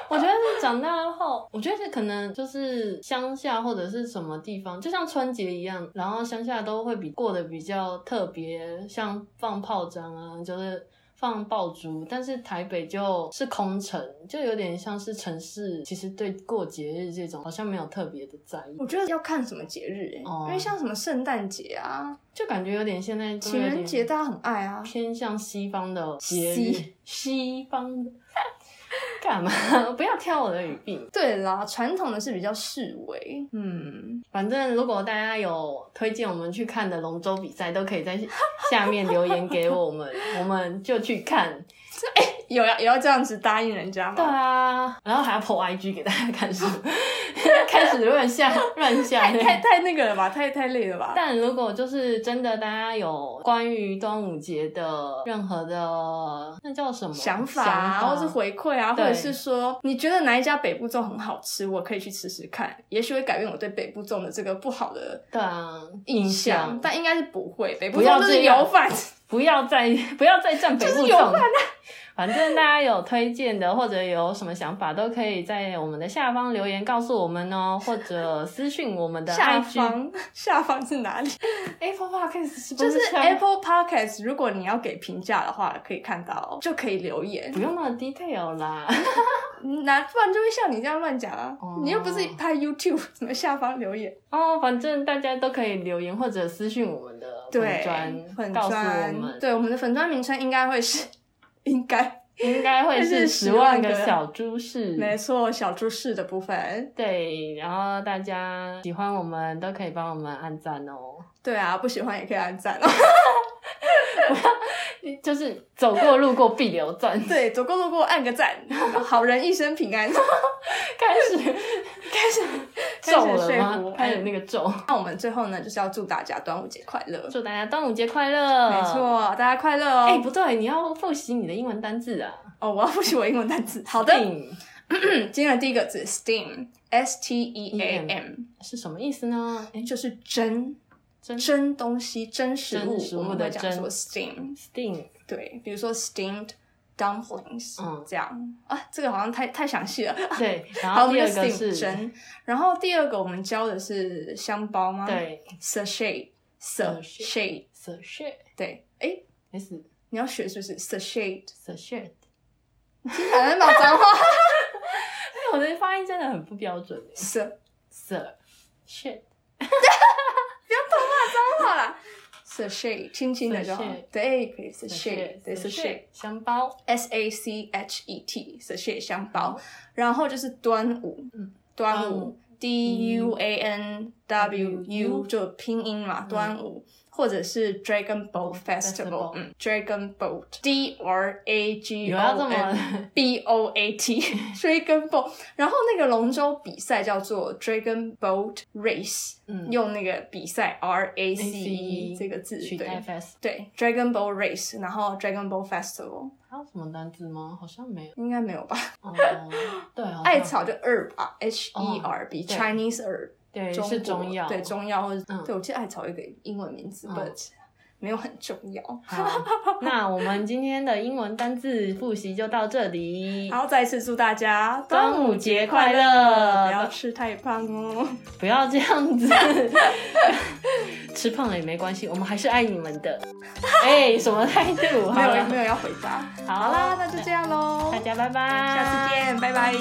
Speaker 2: 我觉得长大后，我觉得可能就是乡下或者是什么地方，就像春节一样，然后乡下都会比过得比较特别，像放炮仗啊，就是放爆竹。但是台北就是空城，就有点像是城市，其实对过节日这种好像没有特别的在意
Speaker 1: 我，觉得要看什么节日、欸，
Speaker 2: 哦
Speaker 1: 因为像什么圣诞节啊、
Speaker 2: 就感觉有点现在都有
Speaker 1: 情
Speaker 2: 点
Speaker 1: 人节，大家很爱啊。
Speaker 2: 偏向西方的节日
Speaker 1: 西，
Speaker 2: 西方的。 干嘛？不要挑我的语病。
Speaker 1: 对啦，传统的是比较示威，嗯，
Speaker 2: 反正如果大家有推荐我们去看的龙舟比赛，都可以在 下面留言给 我们，我们就去看。
Speaker 1: 有要有要这样子答应人家
Speaker 2: 对
Speaker 1: 吗？
Speaker 2: 啊，然后还要 po IG 给大家看是吗， 开始乱下乱下那
Speaker 1: 太
Speaker 2: 个。
Speaker 1: 太那个了吧，太太累了吧？
Speaker 2: 但如果就是真的，大家有关于端午节的任何的那叫什么
Speaker 1: 想法
Speaker 2: 想
Speaker 1: 啊，或是回馈啊，或
Speaker 2: 对
Speaker 1: 者是说你觉得哪一家北部粽很好吃，我可以去吃吃看，也许会改变我对北部粽的这个不好的
Speaker 2: 对啊
Speaker 1: 印
Speaker 2: 印
Speaker 1: 象
Speaker 2: 象，，
Speaker 1: 但应该是不会。北部
Speaker 2: 不要
Speaker 1: 粽就是
Speaker 2: 这样
Speaker 1: 油饭，
Speaker 2: 不要再 不要再占北
Speaker 1: 就
Speaker 2: 部
Speaker 1: 是有啊
Speaker 2: 重。反正大家有推荐的或者有什么想法，都可以在我们的下方留言告诉我 们哦，或者私讯我们的
Speaker 1: 下
Speaker 2: IG。
Speaker 1: 方 下方啊是哪里？
Speaker 2: Apple Podcast
Speaker 1: 就
Speaker 2: 就是是 Apple，
Speaker 1: Apple Podcast，如果你要给评价的话，可以看到就可以留言
Speaker 2: 不，用那么 detail 啦。
Speaker 1: 那不然就会像你这样乱讲啊
Speaker 2: 哦！
Speaker 1: 你又不是拍 YouTube，什么下方留言？
Speaker 2: 哦，反正大家都可以留言或者私讯我们的
Speaker 1: 对，
Speaker 2: 专，
Speaker 1: 粉
Speaker 2: 告诉我
Speaker 1: 砖，
Speaker 2: 们，
Speaker 1: 对我们的粉砖名称应该会是应该。
Speaker 2: 应该会
Speaker 1: 这是
Speaker 2: 是
Speaker 1: 十
Speaker 2: 十
Speaker 1: 万
Speaker 2: 万
Speaker 1: 个
Speaker 2: 个小猪事。
Speaker 1: 没错，小猪事的部分。
Speaker 2: 对，然后大家喜欢我们都可以帮我们按赞哦。
Speaker 1: 对啊，不喜欢也可以按赞哦。
Speaker 2: 就是走过路过必留 赞，
Speaker 1: 对，走过路过按个赞，好人一生平安。
Speaker 2: 开始
Speaker 1: 开始开
Speaker 2: 皱
Speaker 1: 始
Speaker 2: 了
Speaker 1: 说
Speaker 2: 吗
Speaker 1: 服？哎嗯
Speaker 2: 开始那个皱，
Speaker 1: 那我们最后呢，就是要祝大家端午节快乐。
Speaker 2: 祝大家端午节快乐！
Speaker 1: 没。错，大家快乐哦。
Speaker 2: 哎、不对，你要复习你的英文单字啊。
Speaker 1: 哦，我要复习我英文单词。好的，
Speaker 2: Steam
Speaker 1: 今天的第一个字 steam，s t e a m，
Speaker 2: 是什么意思呢？哎、
Speaker 1: 就是蒸
Speaker 2: 真
Speaker 1: 蒸东西、蒸食物。
Speaker 2: 蒸食
Speaker 1: 我
Speaker 2: 物
Speaker 1: 们会
Speaker 2: 的
Speaker 1: 讲
Speaker 2: 蒸
Speaker 1: 说 steam，
Speaker 2: Steam，
Speaker 1: 对，比如说 steamed dumplings，
Speaker 2: 嗯
Speaker 1: 这样啊，这个好像太太详细了。
Speaker 2: 对。然
Speaker 1: 好，我
Speaker 2: 后
Speaker 1: 们
Speaker 2: 第
Speaker 1: 就
Speaker 2: 二个
Speaker 1: steam
Speaker 2: 是，
Speaker 1: 蒸，然后第二个我们教的是香包吗？
Speaker 2: 对
Speaker 1: ，sachet sachet，
Speaker 2: ，sachet
Speaker 1: 对，哎，
Speaker 2: s
Speaker 1: 你要学是不是 sachet？
Speaker 2: sachet。
Speaker 1: 听起来很老脏话
Speaker 2: 哎，我的发音真的很不标准哎。
Speaker 1: ，sa
Speaker 2: sachet
Speaker 1: 脏话啦，sachet，轻轻的就好
Speaker 2: sachet，
Speaker 1: 对，可以 sachet，对 sachet。
Speaker 2: 香包，
Speaker 1: S A C H E T sachet 香包，然后就是端午，
Speaker 2: 嗯
Speaker 1: 端
Speaker 2: 端
Speaker 1: 午
Speaker 2: 午
Speaker 1: D U A N W U 就拼音嘛，
Speaker 2: 嗯
Speaker 1: 端午或者是 Dragon Boat
Speaker 2: Festival
Speaker 1: Festival，嗯，Dragon Boat，D R A G
Speaker 2: 有
Speaker 1: O
Speaker 2: 要这
Speaker 1: N
Speaker 2: 么
Speaker 1: B O A
Speaker 2: 啊
Speaker 1: T，Dragon Boat，然后那个龙舟比赛叫做 Dragon Boat Race，
Speaker 2: 嗯
Speaker 1: 用那个比赛 R A C
Speaker 2: ACE
Speaker 1: E 这个字，
Speaker 2: 取代
Speaker 1: 对
Speaker 2: fest？
Speaker 1: 对，Dragon Boat Race，然后 Dragon Boat Festival
Speaker 2: 还有什么单字吗？好像没有。
Speaker 1: 应该没有吧？
Speaker 2: 哦，对，好像
Speaker 1: 艾草就 herb 吧，H E
Speaker 2: 哦
Speaker 1: R B
Speaker 2: 对
Speaker 1: Chinese herb，
Speaker 2: 对
Speaker 1: 中
Speaker 2: 是
Speaker 1: 国
Speaker 2: 中药，
Speaker 1: 对中药或者、
Speaker 2: 嗯
Speaker 1: 对我记得艾草有一个英文名字、
Speaker 2: 嗯
Speaker 1: b u t 没有很重要。
Speaker 2: 好，那我们今天的英文单字复习就到这里。
Speaker 1: 然，后再一次祝大家
Speaker 2: 端午节快
Speaker 1: 不要
Speaker 2: 乐！
Speaker 1: 吃太胖哦。
Speaker 2: 不要这样子， 吃胖了也没关系，我们还是爱你们 的。哎、什么态度？
Speaker 1: 没
Speaker 2: 好
Speaker 1: 有没
Speaker 2: 了，
Speaker 1: 有要回答。
Speaker 2: 好
Speaker 1: 好啦，
Speaker 2: 啦，
Speaker 1: 那就这样喽
Speaker 2: 大，家拜拜，
Speaker 1: 下次见，拜拜。